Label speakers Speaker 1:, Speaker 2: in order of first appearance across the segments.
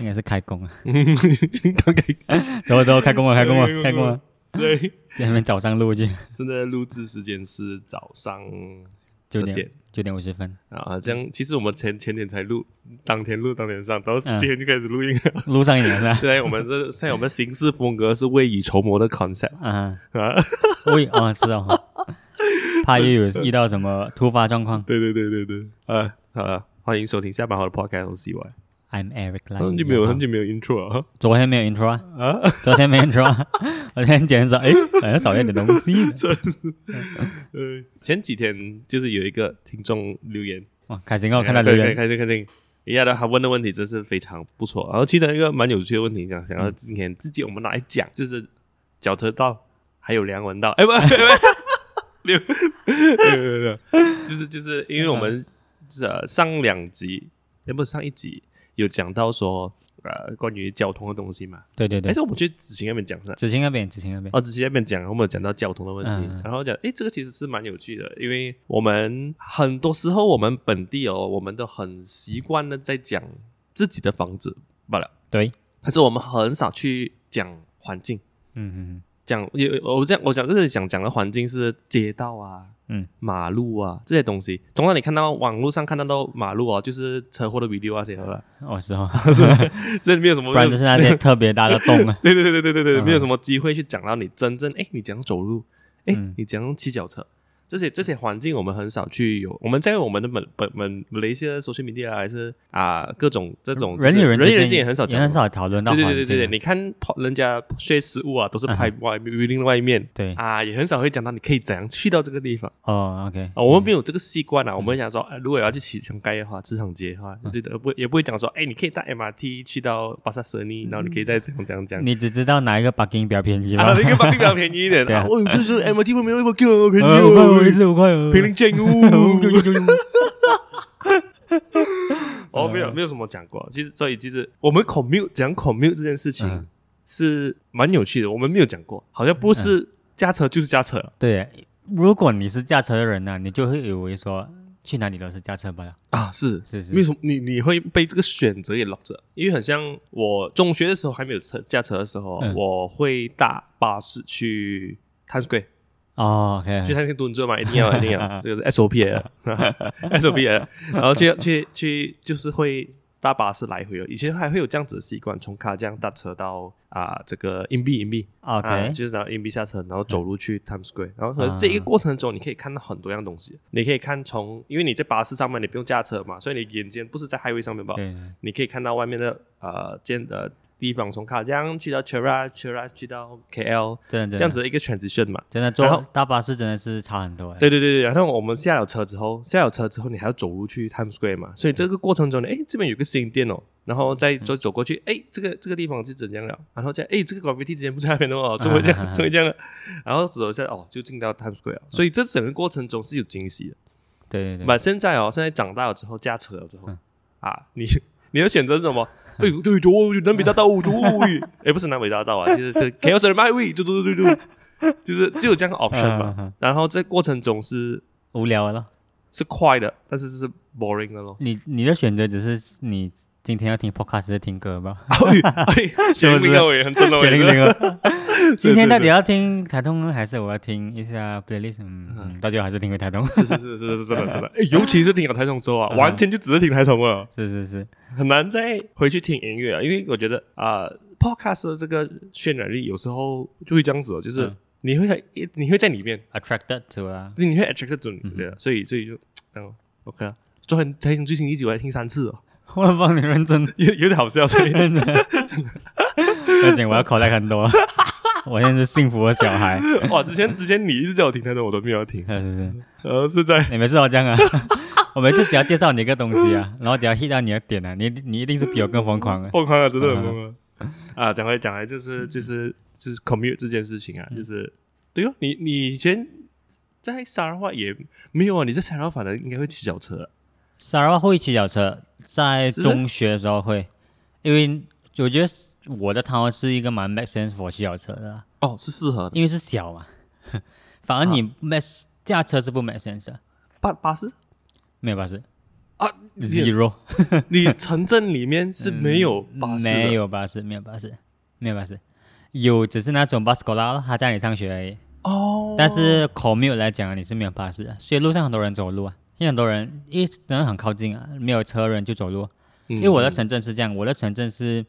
Speaker 1: 应该是开工了。
Speaker 2: 刚给
Speaker 1: 走了走了，开工了，开工了，开工了。
Speaker 2: 对，
Speaker 1: 在那边早上录进
Speaker 2: 现在录制时间是早上
Speaker 1: 九
Speaker 2: 10
Speaker 1: 点
Speaker 2: 点
Speaker 1: 九点五十分，
Speaker 2: 啊，这样其实我们前前天才录，当天录当天上，然后今天就开始录音了。
Speaker 1: 录上瘾了是吧？
Speaker 2: 啊 现在我们这现在我们行事风格是未雨绸缪的 concept
Speaker 1: 啊，
Speaker 2: 啊，
Speaker 1: 喂，哦，知道，怕又有遇到什么突发状况。
Speaker 2: 对对对对对，啊啊，欢迎收听下班后的 podcast 我是嗯 CY，
Speaker 1: I'm Eric 来，
Speaker 2: 很久没有很
Speaker 1: 久，
Speaker 2: 久没有 intro 了
Speaker 1: 昨天没有 intro 啊，
Speaker 2: 啊，
Speaker 1: 昨天没 intro 啊，我今天检查，哎，好像少了一点东西呢。
Speaker 2: 呃，前几天就是有一个听众留言，
Speaker 1: 哇，凯行，哦我看到留
Speaker 2: 哎对
Speaker 1: 言，
Speaker 2: 开心开心。一样的，他问的问题真是非常不错。然后其中一个蛮有趣的问题，想想要
Speaker 1: 嗯
Speaker 2: 今天自己我们来讲，就是脚特道还有梁文道，哎不， 不没有 没有没有，就是就是因为我
Speaker 1: 嗯
Speaker 2: 们呃上两集，要不上一集有讲到说呃关于交通的东西嘛，
Speaker 1: 对对
Speaker 2: 但
Speaker 1: 对，
Speaker 2: 是我们去子晴那边讲是吧？
Speaker 1: 子晴那边，子晴那边，
Speaker 2: 哦，之前那边讲，我们有讲到交通的问题，
Speaker 1: 嗯
Speaker 2: 然后讲，诶，这个其实是蛮有趣的，因为我们很多时候我们本地哦，我们都很习惯的在讲自己的房子罢了，
Speaker 1: 对，
Speaker 2: 可是我们很少去讲环境，
Speaker 1: 嗯嗯
Speaker 2: 讲也我这样我讲这里想讲的环境是街道啊，
Speaker 1: 嗯，
Speaker 2: 马路啊这些东西，通常你看到网络上看到到马路啊，就是车祸的 video 啊，这些了，
Speaker 1: 嗯，我 知道，
Speaker 2: 这里没有什么
Speaker 1: 不然就是那些特别大的洞啊。
Speaker 2: 对对对对对对，
Speaker 1: 嗯
Speaker 2: 没有什么机会去讲到你真正哎，你怎样走路，哎
Speaker 1: 嗯，
Speaker 2: 你怎样骑脚车，这些这些环境我们很少去有。我们在我们的本本本雷西的 social media 还是啊各种这种就是
Speaker 1: 人与人
Speaker 2: 人与人
Speaker 1: 之
Speaker 2: 之间
Speaker 1: 间
Speaker 2: 也很少
Speaker 1: 也
Speaker 2: 讲，
Speaker 1: 很。少讨论到
Speaker 2: 对对
Speaker 1: 环
Speaker 2: 对对
Speaker 1: 境
Speaker 2: 对对，
Speaker 1: 啊。嗯
Speaker 2: 你看人家 share 食物啊，都是拍外 building 的外面
Speaker 1: 对，
Speaker 2: 啊，也很少会讲到你可以怎样去到这个地方。
Speaker 1: 哦，OK，
Speaker 2: 啊，我们没有这个习惯
Speaker 1: 嗯
Speaker 2: 啊。我们想说，啊如果要去启程街的话，市场街的话，就不会也不会讲说，哎，你可以搭 MRT 去到巴萨舍
Speaker 1: 嗯
Speaker 2: 尼，然后你可以再怎样怎样怎样。
Speaker 1: 你只知道哪一个 parking 比较便宜
Speaker 2: 啊
Speaker 1: 吧，？
Speaker 2: 那个房地较便宜一点
Speaker 1: 对啊
Speaker 2: 啊！哦，就是 MT 没有那么给我便宜
Speaker 1: 呃五块五一
Speaker 2: 哦，
Speaker 1: 次，五块五，
Speaker 2: 平林建 屋。
Speaker 1: 对
Speaker 2: 哦，没有没有什么讲过，其实所以其实我们 commute 讲 commute 这件事
Speaker 1: 嗯
Speaker 2: 情是蛮有趣的，我们没有讲过，好像不
Speaker 1: 嗯
Speaker 2: 是驾车就是驾车，
Speaker 1: 啊对，如果你是驾车的人呢、你就会以为说去哪里都是驾车罢了。
Speaker 2: 啊，是
Speaker 1: 是是
Speaker 2: 为什么你你会被这个选择给 lock 着？因为很像我中学的时候还没有车驾车的时候，
Speaker 1: 嗯
Speaker 2: 我会搭巴士去 Times Square，
Speaker 1: 哦
Speaker 2: 去
Speaker 1: ，OK，
Speaker 2: 那边蹲着嘛，一 定要一定要，这个是 SOP 来的 SOP 来的，然后去去去就是会。搭巴士来回哦，以前还会有这样子的习惯，从卡这样搭车到啊、这个硬币硬币
Speaker 1: OK 嗯啊
Speaker 2: 啊就是然后硬币下车，然后走路去 Times Square，然后可是这一个过程中，你可以看到很多样东西，你可以看从，因为你在巴士上面，你不用驾车嘛，所以你眼睛不是在 highway 上面吧，
Speaker 1: 对，
Speaker 2: 你可以看到外面的呃建的地方，从卡江去到 Chera，Chera 去到 KL，
Speaker 1: 真的
Speaker 2: 这样，子一个 transition 嘛，
Speaker 1: 真的真的
Speaker 2: 然
Speaker 1: 坐
Speaker 2: 后
Speaker 1: 大巴士真的是差很多。，欸
Speaker 2: 对对对对，然后我们下了车之后，下了车之后你还要走路去 Times Square 嘛，
Speaker 1: 嗯
Speaker 2: 所以这个过程中呢，哎，这边有个新店哦，然后再走走过去，
Speaker 1: 嗯
Speaker 2: 哎，这个这个地方是怎样了？然后再哎，这个 graffiti 之前不在那边 的哦，就会这
Speaker 1: 啊啊啊
Speaker 2: 样，就会这样了，然后走一下哦，就进到 Times Square 了，所以这整个过程中是有惊喜的。
Speaker 1: 嗯对嗯对对，
Speaker 2: 把现在哦，现在长大了之后，驾车了之后 啊，你你的选择是 什么？哎呦，对，我南北大道，对，哎，不是南北大道啊，就是这 K O S M I V，对对对对，就是只有这样的 option
Speaker 1: 嗯嗯嗯
Speaker 2: 嘛。然后这过程中是
Speaker 1: 无聊了咯。
Speaker 2: 是快的，但是是 boring 的咯。
Speaker 1: 你你的选择只是你今天要听 podcast 还是听歌吧？
Speaker 2: 哎，
Speaker 1: 是
Speaker 2: 选
Speaker 1: 不是
Speaker 2: 另一位很正的
Speaker 1: 选零
Speaker 2: 位，
Speaker 1: 零二。 今天到底
Speaker 2: 是
Speaker 1: 要听台通还是我要听一下 playlist？嗯，嗯到最后还是听回台通。
Speaker 2: 是是是是是真的真的，哎，尤其是听了台中之后啊，完全就只是听台中了。
Speaker 1: 是是是，
Speaker 2: 很难再回去听音乐啊，因为我觉得啊、p o d c a s t 的这个渲染力有时候就会这样子哦，就是
Speaker 1: 嗯
Speaker 2: 你会、很你会在里面，
Speaker 1: attracted to 啊，
Speaker 2: 你会 attracted to 你对啊，所以所以就这样哦 OK 啊。昨天台中最新一集我还听三次哦，
Speaker 1: 我帮你认真，
Speaker 2: 有有点好笑，所以
Speaker 1: 而且我要口袋很多， 我现在是幸福的小孩，
Speaker 2: 哇，之前之前你一直叫我听台中，我都没有听，
Speaker 1: 是是是，
Speaker 2: 然后是在
Speaker 1: 你每次都这样啊， 我每次只要介绍你一个东西 啊，然后只要 hit 到你的点啊，你你一定是比我更疯 狂的，
Speaker 2: 疯狂啊，真的很疯狂啊！讲来讲来
Speaker 1: 嗯
Speaker 2: 就是就是就是 commute 这件事情啊，就是对哦，你你以前在沙拉话也没有啊，你在沙拉反正应该会骑脚车啊、
Speaker 1: 沙拉会骑脚车，在
Speaker 2: 是
Speaker 1: 中学的时候会，因为我觉得我的汤是一个蛮 make sense for 骑脚车的啊，
Speaker 2: 哦，是适合的。
Speaker 1: 因为是小嘛，
Speaker 2: 啊
Speaker 1: 反而你 make 驾车是不 make sense 的，
Speaker 2: 巴巴士
Speaker 1: 没有巴士，
Speaker 2: 啊，你
Speaker 1: zero
Speaker 2: 你城镇里面是没有巴士的，
Speaker 1: 嗯没有巴士，没有巴士，没有巴士，有只是那种巴士狗拉，他在你上学而已。
Speaker 2: 哦，
Speaker 1: 但是 commute 来讲，你是没有巴士的，所以路上很多人走路啊，因为很多人因为人很靠近啊，没有车人就走路。
Speaker 2: 嗯
Speaker 1: 因为我的城镇是这样，我的城镇是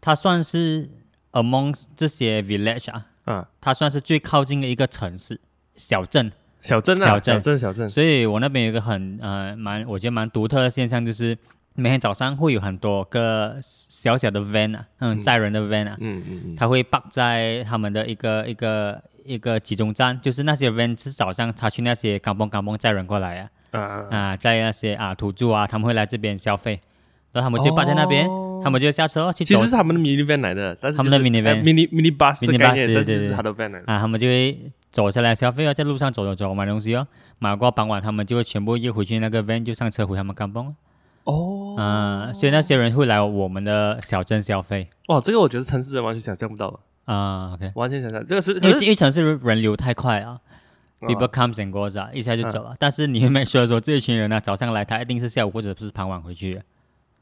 Speaker 1: 它算是 among 这些 village 啊，
Speaker 2: 啊
Speaker 1: 它算是最靠近的一个城市小镇，
Speaker 2: 小镇啊
Speaker 1: 小镇
Speaker 2: 小镇小镇，
Speaker 1: 所以我那边有一个很呃蛮我觉得蛮独特的现象，就是每天早上会有很多个小小的 van 啊，嗯，载人的 van 啊，
Speaker 2: 嗯嗯嗯，
Speaker 1: 它会 park 在他们的一个一个一个集中站，就是那些 van 是早上他去那些港崩港崩载人过来啊，
Speaker 2: 啊
Speaker 1: 啊，在那些啊土著啊，他们会来这边消费，然后他们就 park 在那边，
Speaker 2: 哦
Speaker 1: 他们就下车去
Speaker 2: 其
Speaker 1: 走
Speaker 2: 实是他们的 mini van 来的，但是
Speaker 1: 他们的
Speaker 2: 就是
Speaker 1: mini van
Speaker 2: 呃 mini mini bus 的
Speaker 1: mini
Speaker 2: 概念，
Speaker 1: bus，
Speaker 2: 但是
Speaker 1: 对
Speaker 2: 就是
Speaker 1: 对
Speaker 2: 他的 van 来的，
Speaker 1: 啊，他们就会走下来消费哦，在路上走走走买东西哦，买过傍晚他们就会全部又回去那个 van 就上车回他们啊港崩，
Speaker 2: 哦，
Speaker 1: 啊，所以那些人会来我们的小镇消费
Speaker 2: 哇，这个我觉得城市人完全想象不到，
Speaker 1: 啊，OK，
Speaker 2: 完全想象，这个是
Speaker 1: 因为
Speaker 2: 可是
Speaker 1: 因为城市人流太快啊。
Speaker 2: 啊
Speaker 1: people comes and goes 啊，一下
Speaker 2: 嗯
Speaker 1: 就走了。但是你会 make sure 说这一群人呢、啊早上来，他一定是下午或者是傍晚回去的。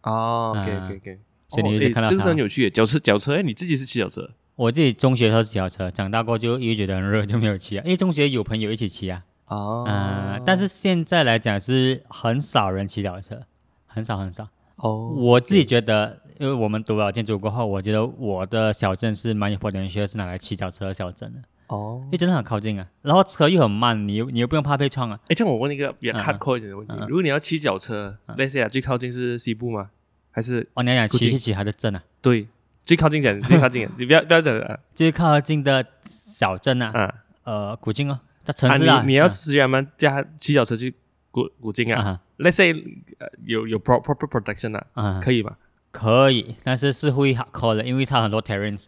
Speaker 2: 哦
Speaker 1: 啊
Speaker 2: ，OK OK OK，
Speaker 1: 所以你一直看到
Speaker 2: 这个是
Speaker 1: 它
Speaker 2: 很有趣耶，脚车脚车，哎，你自己是骑脚车，
Speaker 1: 我自己中学的时候是骑小车，长大过就因为觉得很热就没有骑啊，因为中学有朋友一起骑啊。
Speaker 2: 哦
Speaker 1: 啊，但是现在来讲是很少人骑小车，很少很少。
Speaker 2: 哦，
Speaker 1: 我自己觉得，因为我们读了建筑过后，我觉得我的小镇是蛮有 potential 是拿来骑脚车的小镇的，
Speaker 2: 哦
Speaker 1: 因，为真的很靠近啊，然后车又很慢，你又你又不用怕被撞啊。
Speaker 2: 哎，这样我问一个比
Speaker 1: 嗯
Speaker 2: 较
Speaker 1: 嗯
Speaker 2: hardcore 一点的问题，如果你要骑脚车，那些啊，最靠近是西部吗？还是
Speaker 1: 哦，你要讲
Speaker 2: 附
Speaker 1: 骑
Speaker 2: 近
Speaker 1: 去骑他的镇啊，
Speaker 2: 对最靠近讲，最靠近讲，你不要不要讲啊
Speaker 1: 最靠近的小镇啊，
Speaker 2: 啊，
Speaker 1: 呃，古晋哦，在城
Speaker 2: 啊
Speaker 1: 市啊，
Speaker 2: 你你要
Speaker 1: 嗯
Speaker 2: 骑啊们加骑脚车去古古晋啊
Speaker 1: 啊
Speaker 2: ，Let's say 呃有有 pro- proper protection 啊，
Speaker 1: 啊，
Speaker 2: 可以吗？
Speaker 1: 可以，但是是会 hardcore 的，因为它很多 terrains，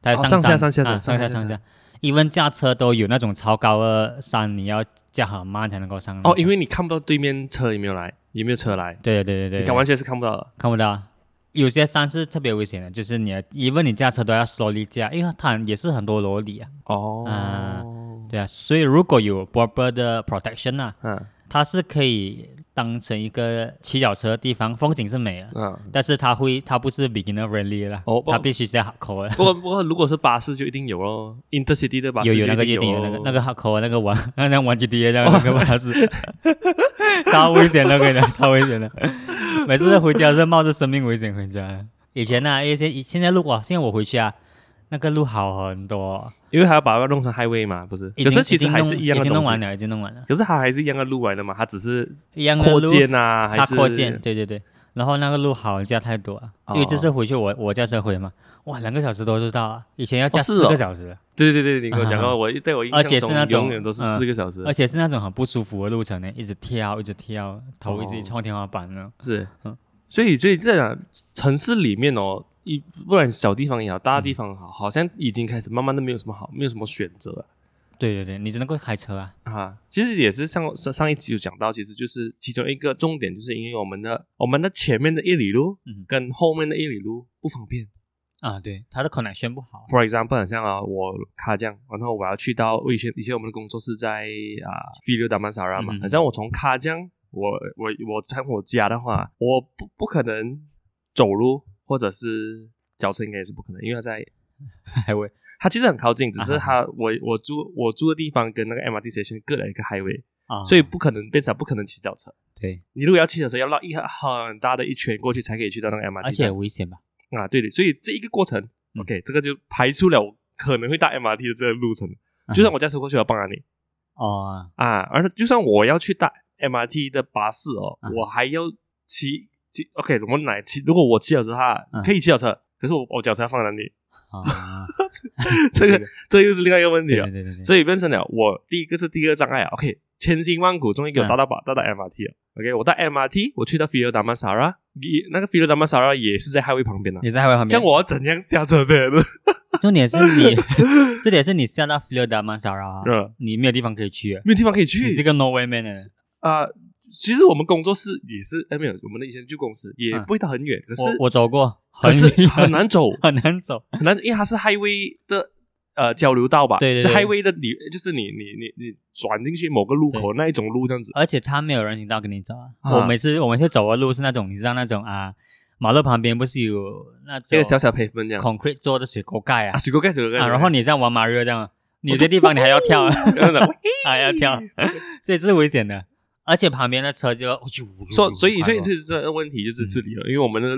Speaker 1: 它
Speaker 2: 哦
Speaker 1: 上
Speaker 2: 上下
Speaker 1: 山
Speaker 2: 上下
Speaker 1: 啊
Speaker 2: 上
Speaker 1: 上
Speaker 2: 下
Speaker 1: 下
Speaker 2: 上
Speaker 1: 上
Speaker 2: 下
Speaker 1: 下，even 驾车都有那种超高的山，你要驾很慢才能够上那种。
Speaker 2: 哦，因为你看不到对面车有没有来，有没有车来，
Speaker 1: 对对对
Speaker 2: 你
Speaker 1: 对
Speaker 2: 看
Speaker 1: 对，
Speaker 2: 完全是看不到的。
Speaker 1: 看不到啊。有些山是特别危险的，就是你 even 你驾车都要 slowly 驾，因为它也是很多萝莉啊，啊
Speaker 2: 哦，
Speaker 1: 对啊，所以如果有 proper 的 protection 啊，
Speaker 2: 嗯
Speaker 1: 它是可以当成一个骑脚车的地方，风景是美的，
Speaker 2: 嗯。
Speaker 1: 但是它会它不是 beginner friendly 啦，
Speaker 2: 哦不
Speaker 1: 它必须是要 hardcore 的。
Speaker 2: 不过不过，如果是巴士就一定有咯，intercity 的哦巴士
Speaker 1: 有有那个
Speaker 2: 就一
Speaker 1: 夜
Speaker 2: 定
Speaker 1: 店
Speaker 2: 有
Speaker 1: 有
Speaker 2: 咯
Speaker 1: 那个那个 hardcore 那个玩 那个玩 GTA 那个那个巴士，
Speaker 2: 哦
Speaker 1: 超危险的，我跟你讲， 超危险的。每次回家是冒着生命危险回家。以前呢、啊，一些以现在路哇，现在我回去啊，那个路好很多，
Speaker 2: 因为还要把它弄成 highway 嘛，不是？
Speaker 1: 已
Speaker 2: 可
Speaker 1: 经
Speaker 2: 是其
Speaker 1: 已
Speaker 2: 实
Speaker 1: 经
Speaker 2: 还
Speaker 1: 弄
Speaker 2: 是一样
Speaker 1: 已
Speaker 2: 的
Speaker 1: 经弄
Speaker 2: 东西，
Speaker 1: 完了，已经弄完了，
Speaker 2: 可是它还是一样的路来的嘛，它只是
Speaker 1: 一样的
Speaker 2: 扩
Speaker 1: 路，
Speaker 2: 建啊，还
Speaker 1: 它
Speaker 2: 是
Speaker 1: 扩建，对对对。然后那个路好加太多啊，因为这次回去我我驾车回嘛，哇，两个小时多就到啊，以前要
Speaker 2: 哦
Speaker 1: 驾
Speaker 2: 是
Speaker 1: 四
Speaker 2: 哦
Speaker 1: 个小时，
Speaker 2: 对对对，你跟我讲过，我对我印
Speaker 1: 而且
Speaker 2: 象
Speaker 1: 是那
Speaker 2: 中
Speaker 1: 种
Speaker 2: 永远都是
Speaker 1: 嗯
Speaker 2: 四个小时
Speaker 1: 而，且是那种很不舒服的路程呢，一直跳一直跳，头一直撞天花板呢。
Speaker 2: 是
Speaker 1: 嗯。
Speaker 2: 所以，所以这样城市里面哦，一不然小地方也好，大
Speaker 1: 嗯
Speaker 2: 地方也好，好像已经开始慢慢的没有什么好，没有什么选择了
Speaker 1: 对对对，你只能够开车啊。
Speaker 2: 啊。其实也是上上上一集有讲到，其实就是其中一个重点，就是因为我们的我们的前面的一里路
Speaker 1: 嗯
Speaker 2: 跟后面的一里路不方便。
Speaker 1: 啊，对，他的 connection 不好。
Speaker 2: For example，很像啊，我卡这样，然后我要去到我以前以前我们的工作是在啊菲律宾马萨拉嘛，
Speaker 1: 嗯嗯嗯
Speaker 2: 很像我从卡这样，我我我从我家的话，我不不可能走路或者是脚车应该也是不可能，因为它在
Speaker 1: 还会
Speaker 2: 它其实很靠近，只是
Speaker 1: 啊
Speaker 2: 它我我住我住的地方跟那个 MRT station 各了一个 highway，
Speaker 1: 啊，
Speaker 2: 所以不可能变成不可能骑脚车。
Speaker 1: 对，
Speaker 2: 你如果要骑脚车，要绕一个很大的一圈过去才可以去到那个 MRT，
Speaker 1: 而且危险吧？
Speaker 2: 啊，对的，所以这一个过程、
Speaker 1: 嗯
Speaker 2: o k 这个就排除了我可能会搭 MRT 的这个路程。
Speaker 1: 嗯
Speaker 2: 就算我驾车过去，我要帮了你
Speaker 1: 哦，
Speaker 2: 啊，而就算我要去搭 MRT 的巴士哦，
Speaker 1: 啊
Speaker 2: 我还要骑骑 OK，我们来骑，如果我骑脚车哈，
Speaker 1: 嗯
Speaker 2: 可以骑脚车，可是我我脚车要放哪里？
Speaker 1: 啊，
Speaker 2: 这个这又是另外一个问题
Speaker 1: 对
Speaker 2: 啊了
Speaker 1: 对。对对对，
Speaker 2: 所以变成了我第一个是第二障碍啊，OK，千 辛万苦终
Speaker 1: 嗯
Speaker 2: 于给我搭到把搭到 MRT 了。OK，我到 MRT，我去到 f i l d a m a s a r a 那个 f i l d a m a s a r a 也是在 highway 旁边的、啊
Speaker 1: 你在海外旁
Speaker 2: 这
Speaker 1: 边
Speaker 2: 样，我要怎样下 车才能？
Speaker 1: 重点是 你，重点是你下到 Florida 吗？萨拉，
Speaker 2: 嗯，
Speaker 1: 啊你没有地方可以去，啊
Speaker 2: 没有地方可以
Speaker 1: 你这
Speaker 2: 去
Speaker 1: 个 No Way Man 呢？
Speaker 2: 啊、其实我们工作室也是，哎，没有，我们的以前旧公司也
Speaker 1: 嗯
Speaker 2: 不会到很远，可是
Speaker 1: 我我走过，
Speaker 2: 可
Speaker 1: 很
Speaker 2: 是
Speaker 1: 远
Speaker 2: 很难走，
Speaker 1: 很难走，
Speaker 2: 很难，因为它是 highway 的呃交流道吧，
Speaker 1: 对对
Speaker 2: 是
Speaker 1: 对
Speaker 2: highway 的里，就是你你你你转进去某个路口那一种路这样子。
Speaker 1: 而且他没有人行道给你走啊。
Speaker 2: 啊
Speaker 1: 我每次我每次走的路是那种，你知道那种啊，马路旁边不是有那
Speaker 2: 一
Speaker 1: 种
Speaker 2: 个小小培分这样
Speaker 1: concrete 做的水沟盖啊
Speaker 2: 啊，水果盖，水果盖，
Speaker 1: 啊，然后你像玩马里奥这样，你有些地方你还要跳
Speaker 2: 这样子，
Speaker 1: 啊，要跳，所以这是危险的。而且旁边的车就
Speaker 2: 所所以所以
Speaker 1: 这
Speaker 2: 这这个问题
Speaker 1: 嗯
Speaker 2: 就是这里了，因为我们的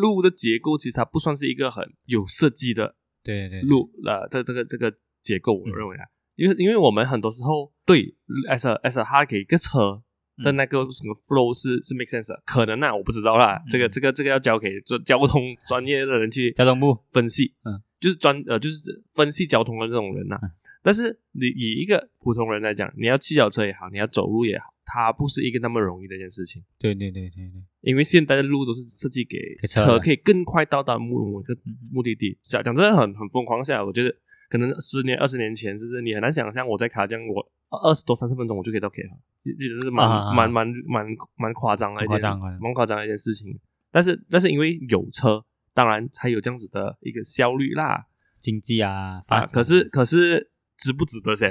Speaker 2: 路的结构其实它不算是一个很有设计的
Speaker 1: 对对对
Speaker 2: 路呃，这这个这个结构，
Speaker 1: 嗯
Speaker 2: 我认为啊，因为因为我们很多时候对 as a as a 他给一个车
Speaker 1: 嗯
Speaker 2: 的那个什么 flow 是是 make sense，的可能啊，我不知道啦，这个
Speaker 1: 嗯
Speaker 2: 这个这个要交给这交通专业的人去
Speaker 1: 交通部
Speaker 2: 分析，
Speaker 1: 嗯，
Speaker 2: 就是专呃就是分析交通的这种人呐、
Speaker 1: 嗯
Speaker 2: 但是你以一个普通人来讲，你要骑脚车也好，你要走路也好，它不是一个那么容易的一件事情。
Speaker 1: 对对对对对，
Speaker 2: 因为现在的路都是设计给
Speaker 1: 给车
Speaker 2: 车
Speaker 1: 的
Speaker 2: 可以更快到达目某个
Speaker 1: 嗯
Speaker 2: 目的地。讲讲真的很很疯狂下来，我觉得可能十年二十年前，就是你很难想象我在卡江，我二十多三十分钟我就可以到 K 了，其其实是蛮、
Speaker 1: 啊
Speaker 2: 蛮蛮蛮蛮夸张的一件
Speaker 1: 蛮夸张的
Speaker 2: 蛮夸张的一件事情。但是但是因为有车，当然才有这样子的一个效率啦
Speaker 1: 经济啊
Speaker 2: 啊！可是可是值不值 得噻？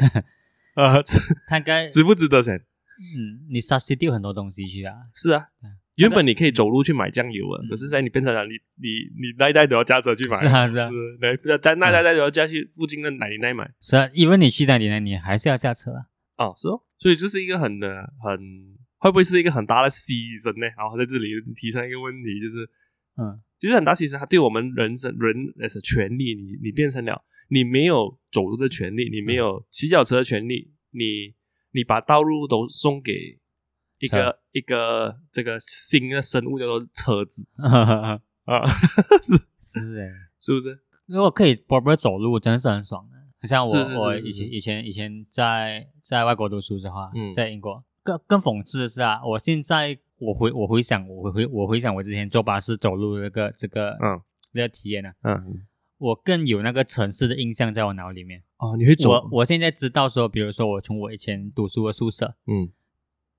Speaker 2: 呃，值
Speaker 1: 他应该
Speaker 2: 值不值得噻？
Speaker 1: 嗯，你 substitute 很多东西去啊，
Speaker 2: 是啊
Speaker 1: 对。
Speaker 2: 原本你可以走路去买酱油啊，
Speaker 1: 嗯
Speaker 2: 可是现在你变成了你你你那一代都要驾车去买，
Speaker 1: 是啊是啊
Speaker 2: 是，对，不要在那一代都要驾去附近的奶奶买
Speaker 1: 是啊，因为你去那里呢，你还是要驾车啊。
Speaker 2: 哦，是哦，所以这是一个很的很会不会是一个很大的牺牲呢？然后在这里提倡一个问题，就是
Speaker 1: 嗯，
Speaker 2: 其实很大牺牲，它对我们人生人的权利，你你变成了你没有走路的权利，你没有骑脚车的权利，你你把道路都送给一个一个这个新的生物叫做车子。啊，是欸
Speaker 1: 是哎、
Speaker 2: 是不是？
Speaker 1: 如果可以 proper 走路，真的是很爽的。很像我
Speaker 2: 是是是
Speaker 1: 我
Speaker 2: 是
Speaker 1: 以
Speaker 2: 是
Speaker 1: 前以前以前在在外国读书的话，
Speaker 2: 嗯
Speaker 1: 在英国更更讽刺的是啊，我现在我回我回想我回我回想我之前坐巴士走路的这个这个
Speaker 2: 嗯
Speaker 1: 这个体验呢、啊，
Speaker 2: 嗯，
Speaker 1: 我更有那个城市的印象在我脑里面。
Speaker 2: 哦，你会走，
Speaker 1: 我我现在知道说，比如说我从我以前读书的宿舍，
Speaker 2: 嗯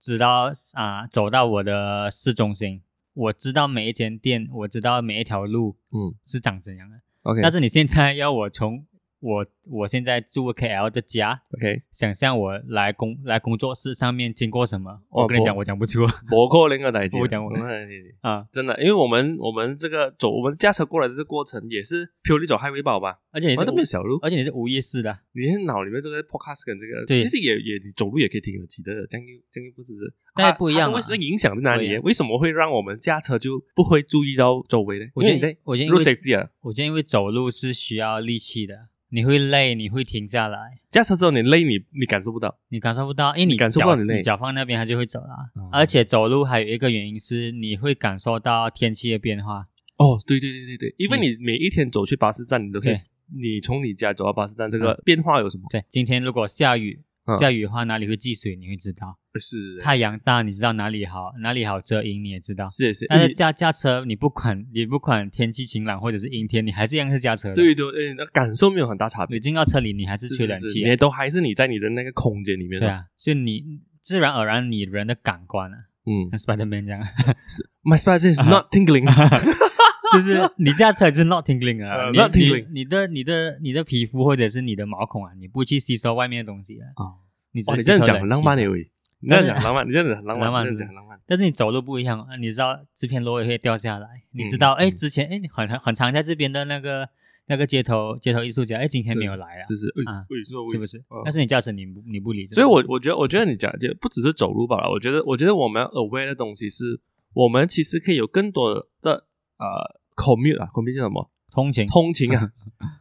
Speaker 1: 直到啊、走到我的市中心，我知道每一间店，我知道每一条路
Speaker 2: 嗯
Speaker 1: 是长怎样的。
Speaker 2: ，OK，
Speaker 1: 但是你现在要我从我我现在住 KL 的家，
Speaker 2: OK，
Speaker 1: 想象我来工来工作室上面经过什么，
Speaker 2: 哦
Speaker 1: 我跟你讲，
Speaker 2: 不
Speaker 1: 我讲不出
Speaker 2: 我过那个代志，
Speaker 1: 我讲我啊。
Speaker 2: 嗯真的，因为我们我们这个走我们驾车过来的这个过程也是 purely 走 highway 宝吧，
Speaker 1: 而且你
Speaker 2: 我
Speaker 1: 是
Speaker 2: 都
Speaker 1: 无
Speaker 2: 没有小路，
Speaker 1: 而且你是无意识的，
Speaker 2: 你的脑里面都在 podcast 跟这个，
Speaker 1: 对
Speaker 2: 其实也也你走路也可以挺有记得的，这样又这样又不只是，
Speaker 1: 但不一样啊
Speaker 2: 它它是为什么影响在哪
Speaker 1: 不一
Speaker 2: 里？
Speaker 1: 样
Speaker 2: 为什么会让我们驾车就不会注意到周围呢？
Speaker 1: 我
Speaker 2: 因
Speaker 1: 觉
Speaker 2: 为
Speaker 1: 得
Speaker 2: 你在
Speaker 1: 我觉得因
Speaker 2: road
Speaker 1: 为
Speaker 2: safety 啊，
Speaker 1: 我觉得因为走路是需要力气的，你会累，你会停下来，
Speaker 2: 驾车之后你累你你感受不到，
Speaker 1: 你感受不到，因为你
Speaker 2: 你感受
Speaker 1: 脚
Speaker 2: 不到你累
Speaker 1: 脚放那边它就会走了、
Speaker 2: 嗯
Speaker 1: 而且走路还有一个原因是你会感受到天气的变化，
Speaker 2: 哦，对对对对对，因为
Speaker 1: 嗯
Speaker 2: 你每一天走去巴士站，你都可以
Speaker 1: 对，嗯
Speaker 2: 你从你家走到巴士站，这个变化有什么？
Speaker 1: 对，今天如果下雨
Speaker 2: 嗯，
Speaker 1: 下雨的话哪里会积水你会知道，
Speaker 2: 呃是
Speaker 1: 太阳大你知道哪里好，哪里好遮阴你也知道。
Speaker 2: 是是，
Speaker 1: 但是
Speaker 2: 你
Speaker 1: 驾驾车你不管你不管天气晴朗或者是阴天，你还是一样是驾车的。，
Speaker 2: 对对对，那感受没有很大差别，
Speaker 1: 你进到车里你还是
Speaker 2: 是
Speaker 1: 缺
Speaker 2: 是
Speaker 1: 氧
Speaker 2: 是，
Speaker 1: 气
Speaker 2: 你
Speaker 1: 啊，
Speaker 2: 都还是你在你的那个空间里面，哦
Speaker 1: 对，啊，所以你自然而然你人的感官啊，
Speaker 2: 嗯
Speaker 1: 像 Spiderman 这样，
Speaker 2: ，My spine is not tingling，
Speaker 1: 就是你驾车是 not tingling 啊
Speaker 2: 呃
Speaker 1: 你
Speaker 2: not
Speaker 1: 你
Speaker 2: tingling
Speaker 1: 你的你的你的皮肤或者是你的毛孔啊，你不去吸收外面的东西啊，
Speaker 2: 哦
Speaker 1: 你只
Speaker 2: 哇，
Speaker 1: 是
Speaker 2: 你这样
Speaker 1: 吸收
Speaker 2: 讲很
Speaker 1: 冷
Speaker 2: 浪
Speaker 1: 气
Speaker 2: 漫的喂，你这样讲很浪漫，你这样子很浪漫，
Speaker 1: 浪漫嗯
Speaker 2: 你这
Speaker 1: 是
Speaker 2: 样讲
Speaker 1: 不
Speaker 2: 很浪漫，
Speaker 1: 但是你走路不一样，啊，你知道这片落叶会掉下来，你知道，
Speaker 2: 嗯
Speaker 1: 哎，
Speaker 2: 嗯
Speaker 1: 之前哎，很很很常在这边的那个那个街头街头艺术家，哎，今天没有来啊，
Speaker 2: 是是，哎
Speaker 1: 啊
Speaker 2: 哎是
Speaker 1: 是不
Speaker 2: 是？
Speaker 1: 是
Speaker 2: 嗯？
Speaker 1: 但是你驾车你不你不理解，
Speaker 2: 所以我我觉得，我觉得你讲就不只是走路吧，我觉得，我觉得我们 aware 的东西是，我们其实可以有更多的呃 commute 啊，commute 叫什么？
Speaker 1: 通勤，
Speaker 2: 通 勤啊，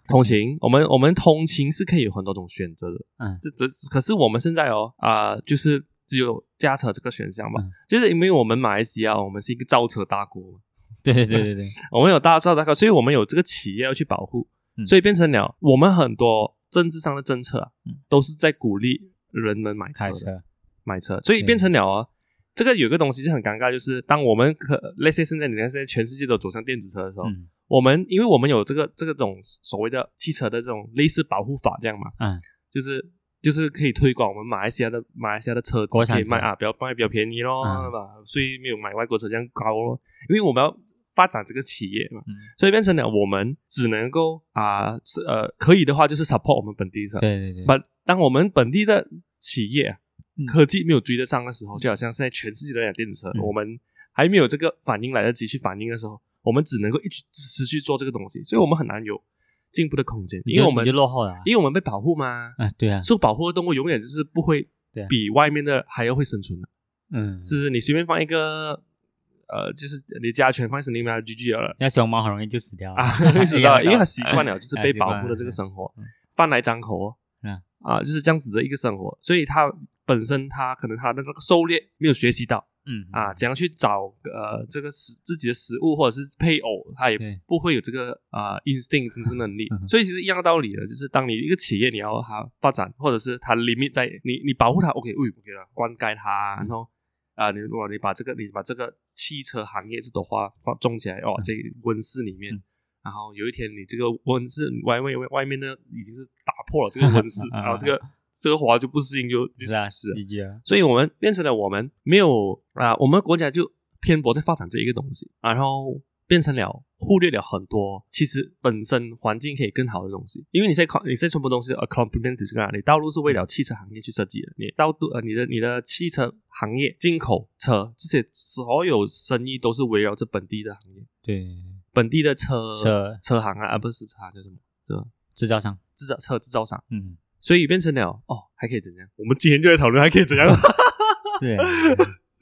Speaker 2: 通勤，我们我们通勤是可以有很多种选择的。
Speaker 1: 嗯
Speaker 2: 这这可是我们现在哦啊、就是只有驾车这个选项嘛，
Speaker 1: 嗯
Speaker 2: 就是因为我们马来西亚我们是一个造车大国嘛，
Speaker 1: 对对对对对，
Speaker 2: 我们有大造大国，所以我们有这个企业要去保护，
Speaker 1: 嗯
Speaker 2: 所以变成了我们很多政治上的政策啊，
Speaker 1: 嗯
Speaker 2: 都是在鼓励人们买车
Speaker 1: 开
Speaker 2: 的
Speaker 1: 车，
Speaker 2: 买车，所以
Speaker 1: 对
Speaker 2: 变成了啊。这个有一个东西就很尴尬，就是当我们可类似现在你看现在全世界都走向电子车的时候，
Speaker 1: 嗯
Speaker 2: 我们因为我们有这个这个种所谓的汽车的这种类似保护法这样嘛，
Speaker 1: 嗯，
Speaker 2: 就是就是可以推广我们马来西亚的马来西亚的车子
Speaker 1: 国
Speaker 2: 可
Speaker 1: 产
Speaker 2: 以
Speaker 1: 车
Speaker 2: 卖啊，比较卖比较便宜咯，
Speaker 1: 嗯
Speaker 2: 对吧？所以没有买外国车这样高咯，因为我们要发展这个企业嘛，
Speaker 1: 嗯
Speaker 2: 所以变成了我们只能够啊是呃可以的话就是 support 我们本地生，
Speaker 1: 对对对，
Speaker 2: 把当我们本地的企业啊
Speaker 1: 嗯
Speaker 2: 科技没有追得上的时候，就好像现在全世界都在讲电子车，
Speaker 1: 嗯
Speaker 2: 我们还没有这个反应来得及去反应的时候，我们只能够一直持续做这个东西，所以我们很难有进步的空间，
Speaker 1: 你
Speaker 2: 因为
Speaker 1: 就
Speaker 2: 我们
Speaker 1: 你就落后了啊
Speaker 2: 因为我们被保护嘛，
Speaker 1: 啊，对啊，
Speaker 2: 受保护的动物永远就是不会
Speaker 1: 对啊
Speaker 2: 比外面的还要会生存的，
Speaker 1: 嗯，
Speaker 2: 就是你随便放一个呃，就是你家犬放森林喵 GG 了。
Speaker 1: 那熊猫很容易就死掉了
Speaker 2: 啊，会死掉，
Speaker 1: 嗯 一样的道理
Speaker 2: 因为他习惯了就是
Speaker 1: 啊
Speaker 2: 被
Speaker 1: 习惯
Speaker 2: 保护的
Speaker 1: 了
Speaker 2: 这个生活
Speaker 1: 嗯，
Speaker 2: 饭来张口哦
Speaker 1: 嗯，
Speaker 2: 啊，就是这样子的一个生活，所以他本身他可能他的那个狩猎没有学习到
Speaker 1: 嗯
Speaker 2: 啊，，怎样去找呃这个食自己的食物或者是配偶，他也
Speaker 1: 对
Speaker 2: 不会有这个啊、instinct 这个能力，
Speaker 1: 嗯
Speaker 2: 所以其实一样的道理的，就是当你一个企业你要它发展，或者是它 limit 在你你保护它，OK，喂，不给了，灌溉它，
Speaker 1: 嗯
Speaker 2: 然后。啊，你如果你把这个你把这个汽车行业这朵花放种起来哦，这温室里面，
Speaker 1: 嗯
Speaker 2: 然后有一天你这个温室外外外外面呢已经是打破了这个温室
Speaker 1: ，啊
Speaker 2: 然后这个这个花就不适应就就是
Speaker 1: 啊，
Speaker 2: 死了。
Speaker 1: 几句啊，
Speaker 2: 所以我们变成了我们没有啊、我们国家就偏颇在发展这一个东西，啊然后变成了忽略了很多其实本身环境可以更好的东西。因为你在 co- 你在传播东西，呃，complement 这个啊，你道路是为了汽车行业去设计的，你道路呃，你的你的汽车行业、进口车这些所有生意都是围绕着本地的行业，
Speaker 1: 对，
Speaker 2: 本地的车
Speaker 1: 车
Speaker 2: 车行啊，啊不是车行叫什么
Speaker 1: 制造商，
Speaker 2: 制造车制造商，
Speaker 1: 嗯，
Speaker 2: 所以变成了哦，还可以怎样？我们今天就来讨论还可以怎样。
Speaker 1: 是欸，
Speaker 2: 哎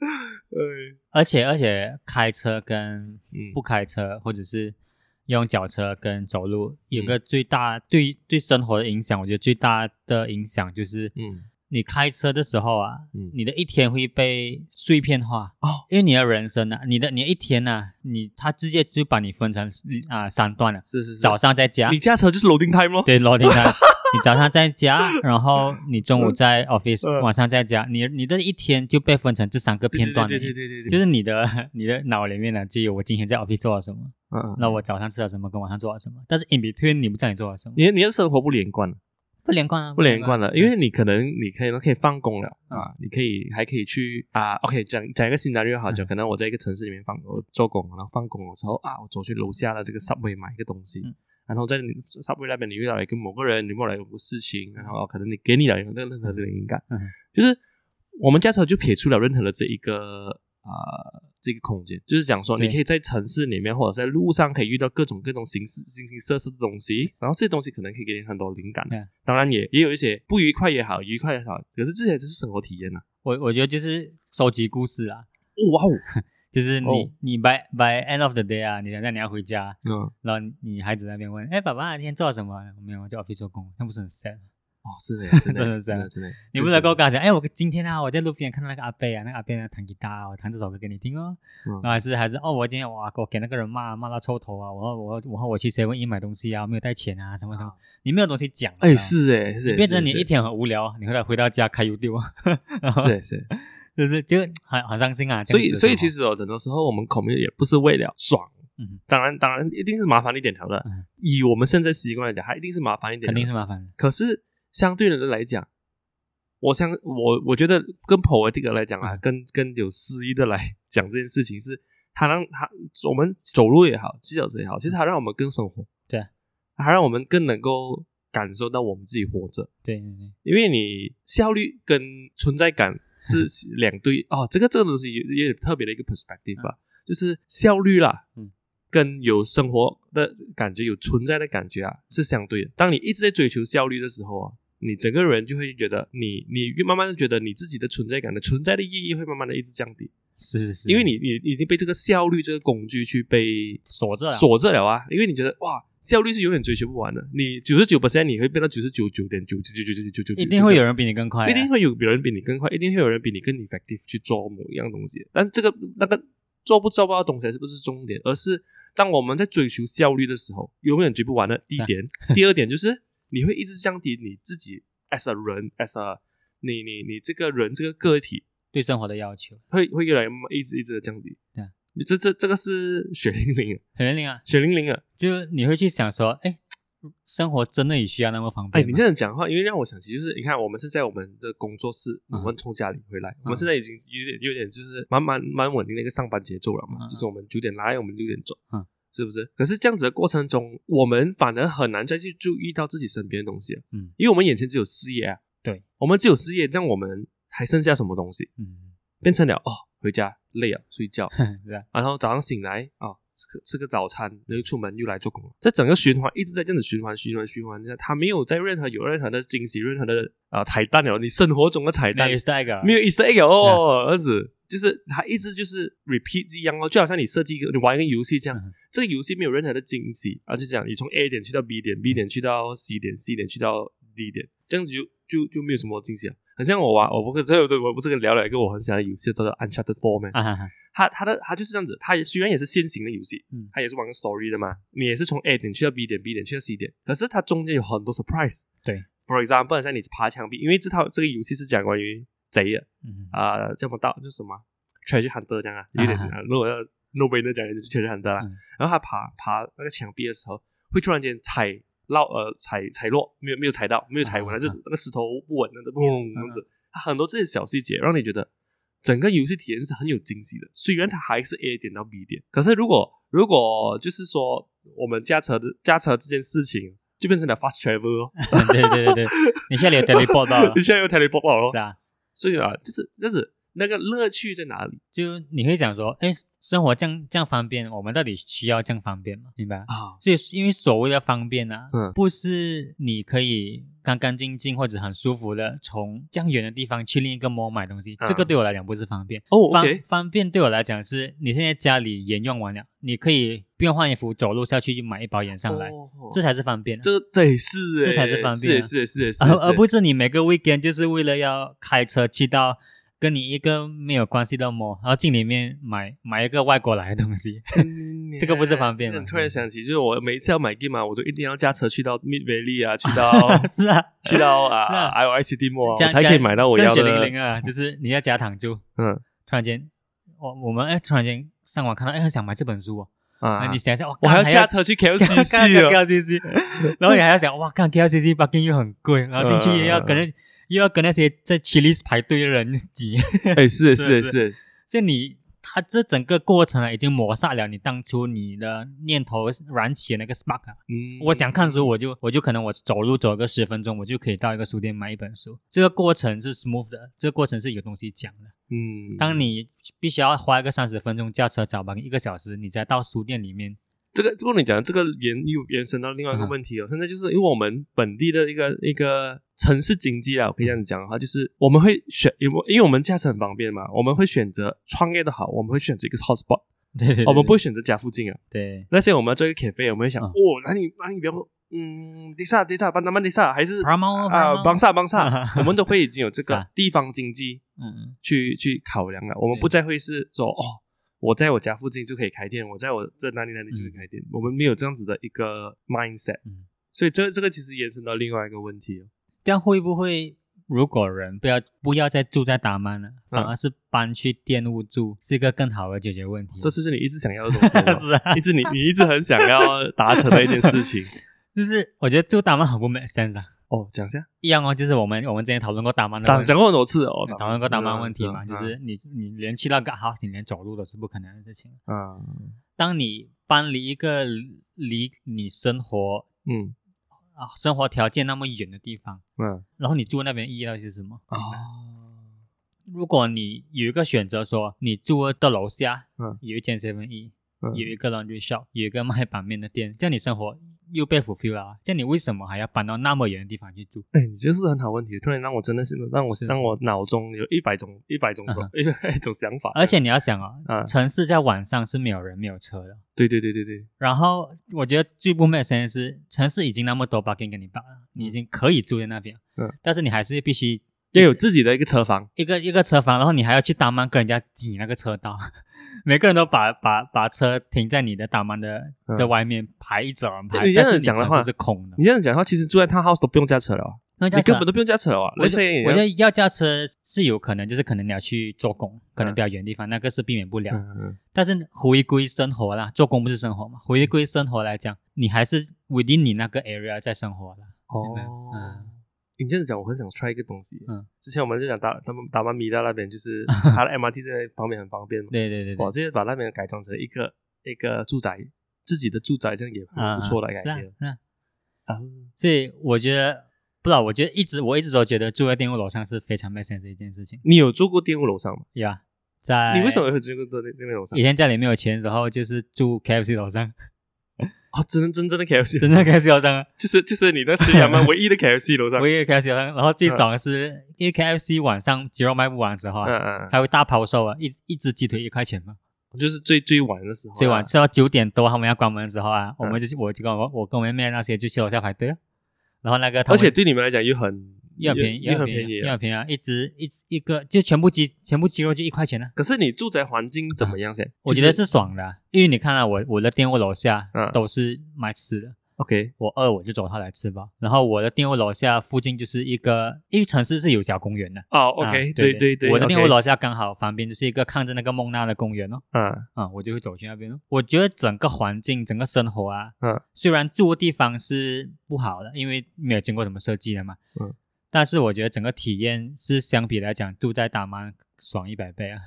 Speaker 1: 而且而且开车跟
Speaker 2: 嗯
Speaker 1: 不开车，或者是用脚车跟走路，有
Speaker 2: 嗯
Speaker 1: 个最大对对生活的影响，我觉得最大的影响就是，
Speaker 2: 嗯，
Speaker 1: 你开车的时候啊，
Speaker 2: 嗯
Speaker 1: 你的一天会被碎片化
Speaker 2: 哦，
Speaker 1: 因为你的人生啊，你的你的一天啊，你他直接就把你分成啊、三段了，
Speaker 2: 是是是，
Speaker 1: 早上在家
Speaker 2: 你，驾车就是 loading time 咯。
Speaker 1: 对，罗定 啊，你早上在家，然后你中午在 office，、
Speaker 2: 嗯
Speaker 1: 晚上在家，你你的一天就被分成这三个片段了，
Speaker 2: 对对对对对对，
Speaker 1: 就是是你的 你的脑里面呢，只有我今天在 office 做了什么，
Speaker 2: 嗯，
Speaker 1: 那我早上吃了什么，跟晚上做了什么，但是 in between 你不知道你做了什么，
Speaker 2: 你的你的生活不连贯了，
Speaker 1: 不连贯啊，
Speaker 2: 不连贯了，因
Speaker 1: 嗯
Speaker 2: 为你可能你可以可以放工了
Speaker 1: 嗯
Speaker 2: 啊，你可以还可以去啊，OK，讲讲一个 scenario 好，就
Speaker 1: 嗯
Speaker 2: 可能我在一个城市里面放我做工，然后放工的时候啊，我走去楼下的这个 subway 买一个东西
Speaker 1: 嗯。
Speaker 2: 然后在你 subway 那边，你遇到了一个某个人，你遇到了有个事情，然后可能你给你了有那个任何的灵感，
Speaker 1: 嗯
Speaker 2: 就是我们驾车就撇除了任何的这一个啊、呃这个空间，就是讲说
Speaker 1: 对
Speaker 2: 你可以在城市里面或者在路上可以遇到各种各种形式形形色色的东西，然后这些东西可能可以给你很多灵感，
Speaker 1: 嗯
Speaker 2: 当然也也有一些不愉快也好，愉快也好，可是这些就是生活体验呐、啊
Speaker 1: 我我觉得就是收集故事啊，
Speaker 2: 哇哦，
Speaker 1: 就是你、
Speaker 2: 哦
Speaker 1: 你 by by end of the day 啊，你想想你要回家，
Speaker 2: 嗯，哦
Speaker 1: 然后你孩子在那边问，哎，爸爸今天做了什么？没有，我在 office 做工，那不是很 sad？
Speaker 2: 是 的，真
Speaker 1: 真
Speaker 2: 的，
Speaker 1: 的哦是
Speaker 2: 真
Speaker 1: 啊
Speaker 2: 的，真的，
Speaker 1: 你不能跟我讲，哎，我今天啊，我在路边看到那个阿贝啊，那个阿贝呢弹吉他，我弹这首歌给你听哦。
Speaker 2: 嗯
Speaker 1: 然后还是还是哦，我今天哇，我给那个人骂骂到臭头啊，我我我我去 seven 一买东西啊，没有带钱啊，什么什么，你没有东西讲。啊
Speaker 2: 哎，
Speaker 1: 你知道吗
Speaker 2: 是哎，是诶
Speaker 1: 变成你
Speaker 2: 是诶
Speaker 1: 一天很无聊，你回来回到家开 YouTube，然 后
Speaker 2: 是 诶是诶，
Speaker 1: 就是就很很伤心啊。这
Speaker 2: 所
Speaker 1: 样
Speaker 2: 以
Speaker 1: 子
Speaker 2: 所以
Speaker 1: 的
Speaker 2: 其
Speaker 1: 生活
Speaker 2: 实哦，很多时候我们口面也不是为了爽，
Speaker 1: 嗯
Speaker 2: 当然当然一定是麻烦一点条的
Speaker 1: 嗯，
Speaker 2: 以我们现在习惯来讲，它一定是麻烦一点，
Speaker 1: 肯定是。麻烦的。
Speaker 2: 可是相对的来讲，我相我我觉得跟 poetic 的来讲啊，
Speaker 1: 嗯
Speaker 2: 跟跟有诗意的来讲这件事情是，它让它我们走路也好，骑脚车也好，其实它让我们更生活，
Speaker 1: 对，
Speaker 2: 它让我们更能够感受到我们自己活着，
Speaker 1: 对对对，
Speaker 2: 因为你效率跟存在感是两对哦，这个这个东西也也有特别的一个 perspective 吧，就是效率啦，
Speaker 1: 嗯，
Speaker 2: 跟有生活的感觉、有存在的感觉啊是相对的。当你一直在追求效率的时候啊，你整个人就会觉得你你越慢慢的觉得你自己的存在感的存在的意义会慢慢的一直降低，
Speaker 1: 是是是，
Speaker 2: 因为你你你已经被这个效率这个工具去被
Speaker 1: 锁着啊
Speaker 2: 锁着了啊，因为你觉得哇。效率是永远追求不完的，你九十九 percent 你会变到九十九九点九九九九九九九，
Speaker 1: 一定会有人比你更快啊，
Speaker 2: 一定会有别人比你更快，一定会有人比你更 effective 去做某一样东西。但这个那个做不做不到的东西是不是重点，而是当我们在追求效率的时候，永远追不完的第一点。第二点就是你会一直降低你自己 as a 人 as a 你你你这个人这个个体
Speaker 1: 对生活的要求。
Speaker 2: 会会越来越一直一直的降低。
Speaker 1: 对啊
Speaker 2: 这这这个是血淋淋的，
Speaker 1: 很灵啊，
Speaker 2: 血淋淋的。
Speaker 1: 就你会去想说，哎，生活真的也需要那么方
Speaker 2: 哎，
Speaker 1: 便吗？
Speaker 2: 你这样讲话，因为让我想起，就是你看，我们是在我们的工作室，
Speaker 1: 嗯
Speaker 2: 我们从家里回来，我们现在已经有点有点就是蛮蛮蛮稳定的一个上班节奏了嘛，
Speaker 1: 嗯
Speaker 2: 就是我们九点来，我们六点走，
Speaker 1: 嗯
Speaker 2: 是不是？可是这样子的过程中，我们反而很难再去注意到自己身边的东西，
Speaker 1: 嗯，
Speaker 2: 因为我们眼前只有事业啊，
Speaker 1: 对，
Speaker 2: 我们只有事业，让我们还剩下什么东西？
Speaker 1: 嗯，
Speaker 2: 变成了哦，回家累了睡觉，
Speaker 1: 是啊，
Speaker 2: 然后早上醒来啊、吃个吃个早餐，然后出门又来做工了，这整个循环一直在这样子循环循环循环，他没有在任何有任何的惊喜，任何的啊、彩蛋了，你生活中的彩蛋
Speaker 1: 那也是那个
Speaker 2: 没有 Easter egg 了哦，儿子。就是他一直就是 repeat 一样哦，就好像你设计一个你玩一个游戏这样，
Speaker 1: 嗯
Speaker 2: 这个游戏没有任何的惊喜啊，就这样，你从 A 点去到 B 点，B 点去到 C 点，C 点去到 D 点，这样子就就就没有什么惊喜了。啊很像我玩，我不是对对，我不是跟你聊了一个我很喜欢的游戏叫做 Uncharted Four 吗？
Speaker 1: 啊哈哈，
Speaker 2: 它它的它就是这样子，它也虽然也是线行的游戏
Speaker 1: 嗯，
Speaker 2: 它也是玩个 story 的嘛，你也是从 A 点去到 B 点，B 点去到 C 点，可是它中间有很多 surprise。
Speaker 1: 对
Speaker 2: ，for example，好像你爬墙壁，因为这套这个游戏是讲关于贼的
Speaker 1: 嗯
Speaker 2: 啊，叫什么道就什么 treasure hunter 这样啊，有点
Speaker 1: 啊
Speaker 2: 啊，如果要 no b a 讲就是 treasure hunter 啦
Speaker 1: 嗯。
Speaker 2: 然后他爬爬那个墙壁的时候，会突然间踩落呃踩踩落，没有没有踩到，没有踩稳，
Speaker 1: 啊
Speaker 2: 就那个石头不稳，那个砰这样子。它很多这些小细节让你觉得整个游戏体验是很有惊喜的。虽然它还是 A 点到 B 点，可是如果如果就是说我们驾车的驾车这件事情，就变成了 fast travel 哦，
Speaker 1: 对对对对，你现在有 teleport 到了
Speaker 2: ，你现在又 teleport 了
Speaker 1: 是
Speaker 2: 哦。
Speaker 1: 啊，
Speaker 2: 所以啊，就是就是那个乐趣在哪里
Speaker 1: 就你会想说，哎，生活这样这样方便，我们到底需要这样方便吗？明白？
Speaker 2: 啊？
Speaker 1: 所以，因为所谓的方便啊，
Speaker 2: 嗯
Speaker 1: 不是你可以干干净净或者很舒服的从这样远的地方去另一个 mall 买东西，
Speaker 2: 嗯
Speaker 1: 这个对我来讲不是方便。
Speaker 2: 哦
Speaker 1: 方
Speaker 2: ，OK，
Speaker 1: 方便对我来讲是，你现在家里盐用完了，你可以不用换衣服，走路下去就买一包盐上来，
Speaker 2: 哦
Speaker 1: 这才是方便啊、
Speaker 2: 这对是诶，
Speaker 1: 这才是方
Speaker 2: 是诶
Speaker 1: 便啊
Speaker 2: 是 诶是诶是诶
Speaker 1: 而
Speaker 2: 是
Speaker 1: 而
Speaker 2: 诶
Speaker 1: 不是你每个 weekend 就是为了要开车去到跟你一个没有关系的 mall，然后进里面买买一个外国来的东西。
Speaker 2: 嗯
Speaker 1: 这个不是方便吗
Speaker 2: 真的突然想起，就是我每一次要买 game 啊，我都一定要驾车去到 Mid Valley 啊，去到
Speaker 1: 是啊，
Speaker 2: 去到
Speaker 1: 是
Speaker 2: 啊
Speaker 1: 啊
Speaker 2: I O I C D Mall，啊
Speaker 1: 这样
Speaker 2: 我才可以买到我
Speaker 1: 跟
Speaker 2: 要
Speaker 1: 血淋
Speaker 2: 的。
Speaker 1: 淋 啊，就是你要加糖就。
Speaker 2: 嗯
Speaker 1: 突然间，我我们哎，突然间上网看到哎，很想买这本书哦，然
Speaker 2: 啊
Speaker 1: 后你，想一下，哇，
Speaker 2: 我还要
Speaker 1: 干
Speaker 2: 驾车去 K L C
Speaker 1: 看
Speaker 2: C
Speaker 1: 看
Speaker 2: 啊，
Speaker 1: KLCC，然后你还要想，哇，看 KLCC 八 u 又很贵，然后
Speaker 2: 嗯
Speaker 1: 进去也要跟人又要跟那些在 Chili's 排队的人挤，
Speaker 2: 哎，是
Speaker 1: 对
Speaker 2: 诶是诶
Speaker 1: 对
Speaker 2: 是诶，
Speaker 1: 所以你他这整个过程啊，已经抹杀了你当初你的念头燃起的那个 spark 啊。
Speaker 2: 嗯
Speaker 1: 我想看书，我就我就可能我走路走个十分钟，我就可以到一个书店买一本书。这个过程是 smooth 的，这个过程是有东西讲的。
Speaker 2: 嗯，
Speaker 1: 当你必须要花一个三十分钟驾车找吧，一个小时，你才到书店里面。
Speaker 2: 这个，不过你讲的这个延又延伸到另外一个
Speaker 1: 嗯
Speaker 2: 问题哦。现在就是因为我们本地的一个一个城市经济啊，我可以这样讲的话，就是我们会选，因为因为我们驾车很方便嘛，我们会选择创业的好，我们会选择一个 hot spot，
Speaker 1: 对对对
Speaker 2: 我哦们不会选择家附近啊。
Speaker 1: 对
Speaker 2: 那些我们要做一个 cafe，我们会
Speaker 1: 嗯
Speaker 2: 想，哦，那你那你比方说，嗯，迪萨迪萨，班达曼迪萨，还是
Speaker 1: Paramount，
Speaker 2: 啊
Speaker 1: Paramount
Speaker 2: 邦萨邦萨， 我们都会已经有这
Speaker 1: 是
Speaker 2: 个
Speaker 1: 啊
Speaker 2: 地方经济
Speaker 1: 嗯
Speaker 2: 去去考量了。啊我们
Speaker 1: 对
Speaker 2: 不再会是说哦，我在我家附近就可以开店，我在我这哪里哪里就可以开店。我们没有这样子的一个 mindset，、
Speaker 1: 嗯
Speaker 2: 所以这这个其实延伸到另外一个问题哦。
Speaker 1: 这样会不会如果人不要不要再住在达曼了，
Speaker 2: 嗯
Speaker 1: 反而是搬去店屋住，是一个更好的解决问题？
Speaker 2: 这就是你一直想要的东西吗，
Speaker 1: 是啊
Speaker 2: 一，直你你一直很想要达成的一件事情。
Speaker 1: 就是我觉得住达曼很不 make sense 啊。
Speaker 2: 哦，讲一下，
Speaker 1: 一样哦，就是我们我们之前讨论过达曼的
Speaker 2: 讲
Speaker 1: 问题
Speaker 2: 讲，过很多次哦，
Speaker 1: 讨论过达曼问题
Speaker 2: 啊
Speaker 1: 嘛，就是你你连去到 g u house，你连走路都是不可能的事情。
Speaker 2: 啊，
Speaker 1: 当你搬离一个离你生活
Speaker 2: 嗯
Speaker 1: 啊生活条件那么远的地方，
Speaker 2: 嗯
Speaker 1: 然后你住那边意义到底是什么？
Speaker 2: 啊，
Speaker 1: 如果你有一个选择说，你住的楼下，
Speaker 2: 嗯
Speaker 1: 有一间 Seven E，
Speaker 2: 嗯
Speaker 1: 有一个 laundry shop，有一个卖板面的店，这样你生活又被 fulfill 了啊，这样你为什么还要搬到那么远的地方去住？
Speaker 2: 哎，你这是很好问题，突然让我真的是让我
Speaker 1: 是不是
Speaker 2: 让我脑中有一百种一百种
Speaker 1: 嗯哼
Speaker 2: 一百种想法，
Speaker 1: 而且你要想哦，
Speaker 2: 嗯
Speaker 1: 城市在晚上是没有人没有车的。
Speaker 2: 对对对对对，
Speaker 1: 然后我觉得最不 make sense 的是，城市已经那么多 bargain 给你办了，你已经可以住在那边，
Speaker 2: 嗯，
Speaker 1: 但是你还是必须
Speaker 2: 要有自己的一个车房，
Speaker 1: 一个一个车房，然后你还要去大曼跟人家挤那个车道， 每个人都把把把车停在你的大曼的
Speaker 2: 嗯
Speaker 1: 的外面排一整排
Speaker 2: 你，这
Speaker 1: 但
Speaker 2: 样
Speaker 1: 是
Speaker 2: 讲的
Speaker 1: 城市
Speaker 2: 话
Speaker 1: 是空的
Speaker 2: 你，这样讲的话，其实住在 town house 都不用驾车了哦，
Speaker 1: 那驾
Speaker 2: 你
Speaker 1: 车
Speaker 2: 根
Speaker 1: 啊
Speaker 2: 本都不用驾车了啊！
Speaker 1: 我
Speaker 2: 那
Speaker 1: 觉
Speaker 2: 些也
Speaker 1: 我觉
Speaker 2: 要
Speaker 1: 得要驾车是有可能，就是可能你要去做工，可能比较远的地方，那个是避免不了。
Speaker 2: 嗯嗯
Speaker 1: 但是回归生活啦，做工不是生活嘛？回归生活来讲，你还是 within 你那个 area 在生活啦。
Speaker 2: 哦
Speaker 1: 嗯。
Speaker 2: 你这样讲，我很想 try 一个东西。
Speaker 1: 嗯，
Speaker 2: 之前我们就讲达他们达曼米拉那边，就是 它的 MRT 在旁边很方便嘛。
Speaker 1: 对对对对
Speaker 2: 我，直接把那边改装成一个一个住宅，自己的住宅，这样也
Speaker 1: 啊
Speaker 2: 很不错的
Speaker 1: 啊
Speaker 2: 感
Speaker 1: 是啊
Speaker 2: 觉。
Speaker 1: 是啊
Speaker 2: 啊，
Speaker 1: 所以我觉得不知道，我觉得一直我一直都觉得住在电务楼上是非常 make sense 的一件事情，
Speaker 2: 你有住过电务楼上吗？
Speaker 1: 对吧？在
Speaker 2: 你为什么会住过电电务楼上
Speaker 1: 以？前家里没有钱的时候，就是住 KFC 楼上，
Speaker 2: 哦，真的真正的 KFC，
Speaker 1: 真的 KFC 楼上啊，
Speaker 2: 就是就是你的石家门 唯一的 KFC 楼上。
Speaker 1: 唯一的 KFC 楼上。然后最爽的是，因为 KFC 晚上鸡肉卖不完的时候
Speaker 2: 嗯
Speaker 1: 啊，
Speaker 2: 嗯
Speaker 1: 它会大抛售啊，一一只鸡腿一块钱嘛。
Speaker 2: 嗯，就是最最晚的时候啊，
Speaker 1: 最晚吃到九点多，他们要关门的时候啊，我
Speaker 2: 嗯
Speaker 1: 们就去，我就跟我我跟我妹妹那些就去楼下排队啊，然后那个他
Speaker 2: 而
Speaker 1: 们
Speaker 2: 且对你们来讲又很
Speaker 1: 又很便宜，
Speaker 2: 又
Speaker 1: 又很
Speaker 2: 很便
Speaker 1: 便
Speaker 2: 宜
Speaker 1: 宜，
Speaker 2: 啊
Speaker 1: 又。很便宜啊！一只一一个就全部鸡全部鸡肉就一块钱呢、啊，
Speaker 2: 可是你住宅环境怎么样先？
Speaker 1: 我觉得是爽的啊、因为你看啊，我我的店铺楼下
Speaker 2: 嗯
Speaker 1: 都是卖吃的，
Speaker 2: OK，
Speaker 1: 我饿我就走下来吃吧，然后我的店铺楼下附近就是一个，因为城市是有小公园的。
Speaker 2: 哦
Speaker 1: 啊
Speaker 2: ，OK，
Speaker 1: 对
Speaker 2: 对对，
Speaker 1: 我的店铺
Speaker 2: OK，
Speaker 1: 楼下刚好旁边就是一个看着那个孟娜的公园哦，
Speaker 2: 嗯
Speaker 1: 啊、我就会走去那边咯。我觉得整个环境、整个生活啊，
Speaker 2: 嗯，
Speaker 1: 虽然住的地方是不好的，因为没有经过什么设计的嘛，
Speaker 2: 嗯，
Speaker 1: 但是我觉得整个体验是相比来讲，住在大妈爽一百倍啊。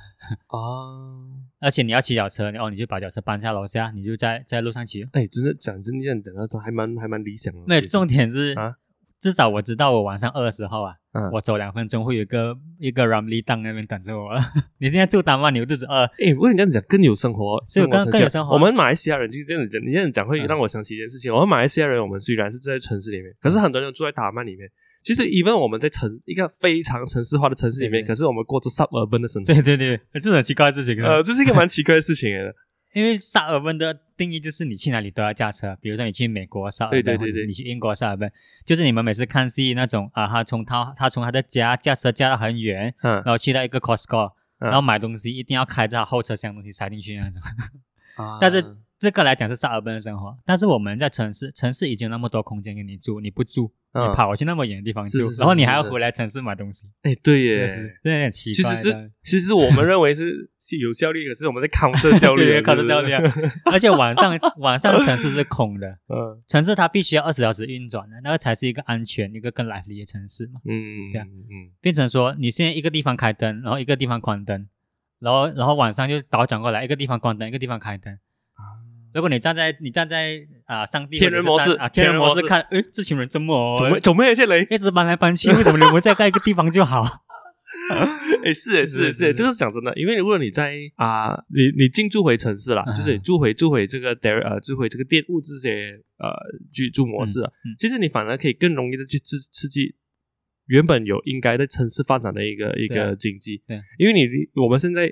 Speaker 2: 哦，
Speaker 1: 而且你要骑脚车，然后你就把脚车搬下楼下，你就在在路上骑。
Speaker 2: 哎，真的讲真的，这样讲的都还蛮还蛮理想的。
Speaker 1: 那
Speaker 2: 其实
Speaker 1: 重点是，
Speaker 2: 啊
Speaker 1: 至少我知道我晚上饿的时候啊，
Speaker 2: 嗯
Speaker 1: 我走两分钟会有一个一个 Ramly 档那边等着我。啊 你现在住大妈，你又肚子饿，
Speaker 2: 哎，我跟你这样讲更有生活，
Speaker 1: 是
Speaker 2: 生活
Speaker 1: 更
Speaker 2: 成
Speaker 1: 更有
Speaker 2: 就
Speaker 1: 生活
Speaker 2: 我们马来西亚人就是这样子讲，你这样讲会
Speaker 1: 嗯
Speaker 2: 让我想起一件事情。我们马来西亚人，我们虽然是在城市里
Speaker 1: 啊
Speaker 2: 面，可是很多人住在打曼里面。其实，even 我们在城一个非常城市化的城市里面，
Speaker 1: 对对
Speaker 2: 可是我们过着 suburban 的生活，
Speaker 1: 嗯 对对对，这种奇怪的事情啊。
Speaker 2: 呃，这是一个蛮奇怪的事情来的。
Speaker 1: 因为萨尔温的定义就是你去哪里都要驾车，比如说你去美国萨尔
Speaker 2: 对
Speaker 1: 温，
Speaker 2: 对
Speaker 1: 或
Speaker 2: 对
Speaker 1: 者是
Speaker 2: 对
Speaker 1: 你去英国萨尔温，就是你们每次看戏那种啊，他从他他从他的家驾车驾到很远，
Speaker 2: 嗯
Speaker 1: 然，后去到一个 Costco，、
Speaker 2: 嗯
Speaker 1: 然后买东西一定要开着他后车厢东西塞进去那种。
Speaker 2: 啊
Speaker 1: 但是这个来讲是萨尔温的生活，但是我们在城市，城市已经有那么多空间给你住，你不住，
Speaker 2: 嗯
Speaker 1: 你跑去那么远的地方住，
Speaker 2: 是是是
Speaker 1: 然后你还要
Speaker 2: 是是
Speaker 1: 回来城市买东西，
Speaker 2: 哎，对
Speaker 1: 这
Speaker 2: 耶
Speaker 1: 个，是这有点奇
Speaker 2: 其
Speaker 1: 怪的。
Speaker 2: 实是其实我们认为是是有效率，可是我们在 counter 效率，
Speaker 1: 对，靠着效率啊
Speaker 2: 是不是，
Speaker 1: 而且晚上晚上城市是空的，
Speaker 2: 嗯
Speaker 1: 城市它必须要二十小时运转的，那个才是一个安全、一个更 lively 的城市嘛。
Speaker 2: 嗯
Speaker 1: 对啊
Speaker 2: 嗯
Speaker 1: 变成说，你现在一个地方开灯，然后一个地方关灯，然后然后晚上就倒转过来，一个地方关灯，一个地方开灯。
Speaker 2: 啊，
Speaker 1: 如果你站在你站在啊、上帝
Speaker 2: 天人模式
Speaker 1: 或者是站啊天人模
Speaker 2: 天人模
Speaker 1: 式
Speaker 2: 式
Speaker 1: 看，诶，这群人这么
Speaker 2: 怎么怎哎么有些雷？
Speaker 1: 一直搬来搬去，为什么你们在在一个地方就 好？
Speaker 2: 哎，是哎，是哎
Speaker 1: 是
Speaker 2: 是哎，
Speaker 1: 是
Speaker 2: 就是讲真的，因为如果你在啊，你你进驻回城市啦，
Speaker 1: 嗯
Speaker 2: 就是你住回住回这个 there 呃，住回这个店铺这些呃居住模式啊
Speaker 1: 嗯嗯，
Speaker 2: 其实你反而可以更容易的去刺刺激原本有应该在城市发展的一个一
Speaker 1: 对啊
Speaker 2: 个经济，
Speaker 1: 对啊
Speaker 2: 因为你我们现在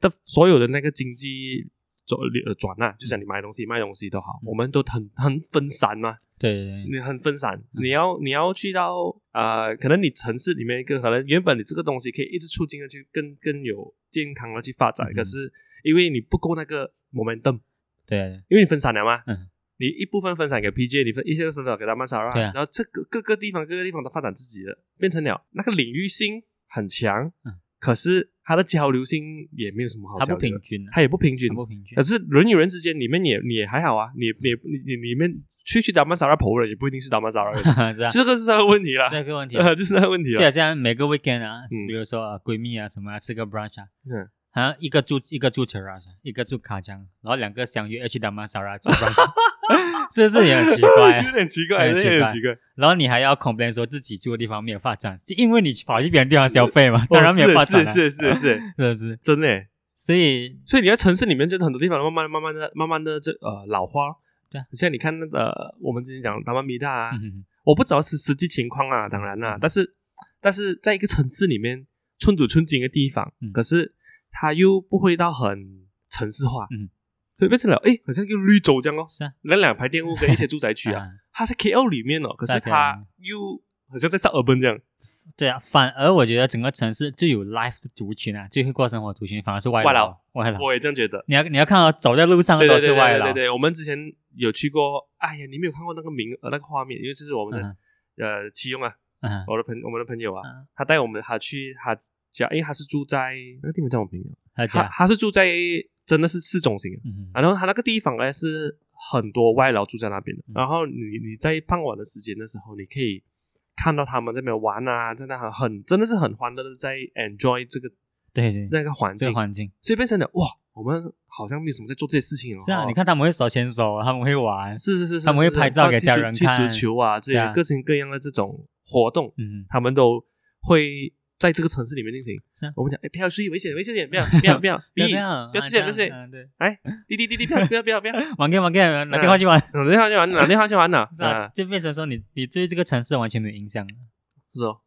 Speaker 2: 的所有的那个经济。转呃转啊，就像你买东西卖东西都好，
Speaker 1: 嗯
Speaker 2: 我们都很很分散嘛，
Speaker 1: 对对对，
Speaker 2: 你很分散，你要你要去到呃，可能你城市里面一个可能原本你这个东西可以一直促进的去更更有健康的去发展，
Speaker 1: 嗯
Speaker 2: 可是因为你不够那个 momentum，
Speaker 1: 对
Speaker 2: 因为你分散了嘛，
Speaker 1: 嗯
Speaker 2: 你一部分分散给 PJ，你分一些分散给达曼萨拉，
Speaker 1: 对啊
Speaker 2: 然后这个各个地方各个地方都发展自己的，变成了那个领域性很强，
Speaker 1: 嗯
Speaker 2: 可是它的交流性也没有什么好
Speaker 1: 它
Speaker 2: 交
Speaker 1: 不
Speaker 2: 流
Speaker 1: 平
Speaker 2: 的，
Speaker 1: 均啊，
Speaker 2: 它也不平均
Speaker 1: 它，不平均
Speaker 2: 可。是人与人之间，里面也你也还好啊，你你你你里面去去打曼萨拉婆人，也不一定是打曼萨拉人，
Speaker 1: 是啊，
Speaker 2: 这 个是他的问题啦，
Speaker 1: 这个问题。啊
Speaker 2: 呃，就是他的问题
Speaker 1: 就好
Speaker 2: 啦。
Speaker 1: 像每个 weekend 啊，
Speaker 2: 嗯
Speaker 1: 比如说、啊闺蜜啊什么啊，吃个 brunch 啊，
Speaker 2: 嗯，
Speaker 1: 好像一个住一个住 c h e r a 一个住卡江，然后两个相约要去达曼萨啊拉吃 brunch，是啊 不是也很奇怪、
Speaker 2: 有点奇怪，
Speaker 1: 有
Speaker 2: 有
Speaker 1: 点奇怪
Speaker 2: 点奇怪。
Speaker 1: 然后你还要 complain 说自己住的地方没有发展，是因为你跑去别人地方消费嘛，当然没有
Speaker 2: 哦
Speaker 1: 发展、
Speaker 2: 是
Speaker 1: 了，
Speaker 2: 是是是是，
Speaker 1: 是不是？
Speaker 2: 真的耶。
Speaker 1: 所以
Speaker 2: 所以你在城市里面，就很多地方慢慢慢慢的、慢慢的这呃老化。
Speaker 1: 对啊
Speaker 2: 像你看那个呃我们之前讲达曼米大啊，
Speaker 1: 嗯
Speaker 2: 我不知道是实际情况啊，当然啦，但是但是在一个城市里面，寸土寸金的地方，
Speaker 1: 嗯
Speaker 2: 可是它又不会到很城市化，
Speaker 1: 嗯，
Speaker 2: 所以变成了哎，好像一个绿洲这样哦，
Speaker 1: 是啊，
Speaker 2: 那两排店屋跟一些住宅区 啊，
Speaker 1: 啊
Speaker 2: 它在 KL 里面哦，可是
Speaker 1: 大家
Speaker 2: 它又好像在上 urban 这样，
Speaker 1: 对啊，反而我觉得整个城市最有 life 的族群啊，最会过生活的族群反而是外
Speaker 2: 外
Speaker 1: 劳
Speaker 2: 劳，
Speaker 1: 外劳。
Speaker 2: 我也这样觉得。
Speaker 1: 你要你要看到走在路上
Speaker 2: 对
Speaker 1: 都
Speaker 2: 对
Speaker 1: 嗯
Speaker 2: 对
Speaker 1: 是
Speaker 2: 对
Speaker 1: 外
Speaker 2: 对
Speaker 1: 劳
Speaker 2: 对，对，我们之前有去过，哎呀，你没有看过那个名呃那个画面，因为这是我们的呃启用啊，
Speaker 1: 嗯
Speaker 2: 我的朋我们的朋友啊，
Speaker 1: 嗯，
Speaker 2: 他带我们他去他家，因为他是住在那个地方叫我朋友，
Speaker 1: 他
Speaker 2: 他
Speaker 1: 讲，
Speaker 2: 他是住在真的是市中心的，
Speaker 1: 嗯
Speaker 2: 然后他那个地方呢是很多外劳住在那边的
Speaker 1: 嗯，
Speaker 2: 然后你你在傍晚的时间的时候，你可以看到他们在那边玩啊，在那很很真的是很欢乐的在 enjoy 这个
Speaker 1: 对对，
Speaker 2: 那个环
Speaker 1: 这
Speaker 2: 境
Speaker 1: 个，环境
Speaker 2: 所以变成了哇，我们好像没有什么在做这些事情哦。
Speaker 1: 是啊，
Speaker 2: 哦
Speaker 1: 你看他们会手牵手，他们会玩，
Speaker 2: 是是是是，
Speaker 1: 他们会
Speaker 2: 是是
Speaker 1: 拍照给家人
Speaker 2: 去足
Speaker 1: 看
Speaker 2: 去足球啊，这
Speaker 1: 对
Speaker 2: 些
Speaker 1: 啊
Speaker 2: 各型各样的这种活动，
Speaker 1: 嗯，
Speaker 2: 他们都会在这个城市里面进行
Speaker 1: 是啊。
Speaker 2: 我们讲，哎，不要注意危险，危险点，不要不要不要，
Speaker 1: 不要
Speaker 2: 咦
Speaker 1: 这样，
Speaker 2: 不要
Speaker 1: 啊
Speaker 2: 吃
Speaker 1: 这样
Speaker 2: 点不要吃
Speaker 1: 嗯对，
Speaker 2: 哎，滴滴滴滴，不要不要不要不要，
Speaker 1: 玩 game 玩 game，拿电话去玩，
Speaker 2: 打电话就完了，打电话就完了
Speaker 1: 是啊，
Speaker 2: 嗯啊，
Speaker 1: 就变成说你你对这个城市完全没有影响，
Speaker 2: 是哦，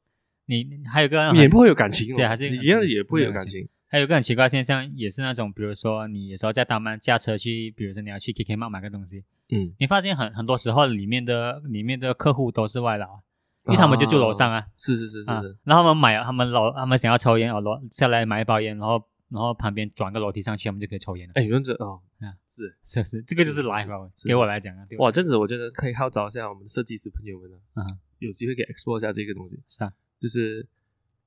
Speaker 1: 你你还有一个
Speaker 2: 也不会有感情
Speaker 1: 啊
Speaker 2: 哦，
Speaker 1: 对还是
Speaker 2: 你一样也不会有感情，
Speaker 1: 还有一个很奇怪的现象，也是那种，比如说你有时候在丹麦驾车去，比如说你要去 KK m a 买个东西，
Speaker 2: 嗯，
Speaker 1: 你发现很很多时候里面的里面的客户都是外劳，啊因为他们就住楼上
Speaker 2: 啊，
Speaker 1: 啊，
Speaker 2: 是是是是
Speaker 1: 啊
Speaker 2: 是，，
Speaker 1: 然后他们买他们楼他们想要抽烟，哦楼下来买一包烟，然后然后旁边转个楼梯上去，他们就可以抽烟了，
Speaker 2: 哎，原则哦
Speaker 1: 啊，
Speaker 2: 是
Speaker 1: 是不是？这个就是
Speaker 2: 是是
Speaker 1: life 啊，
Speaker 2: 是
Speaker 1: 给我来讲啊，对吧
Speaker 2: 哇，这样子我觉得可以号召一下我们的设计师朋友们
Speaker 1: 嗯
Speaker 2: 啊，有机会可以 explore 一下这个东西，
Speaker 1: 是啊，
Speaker 2: 就是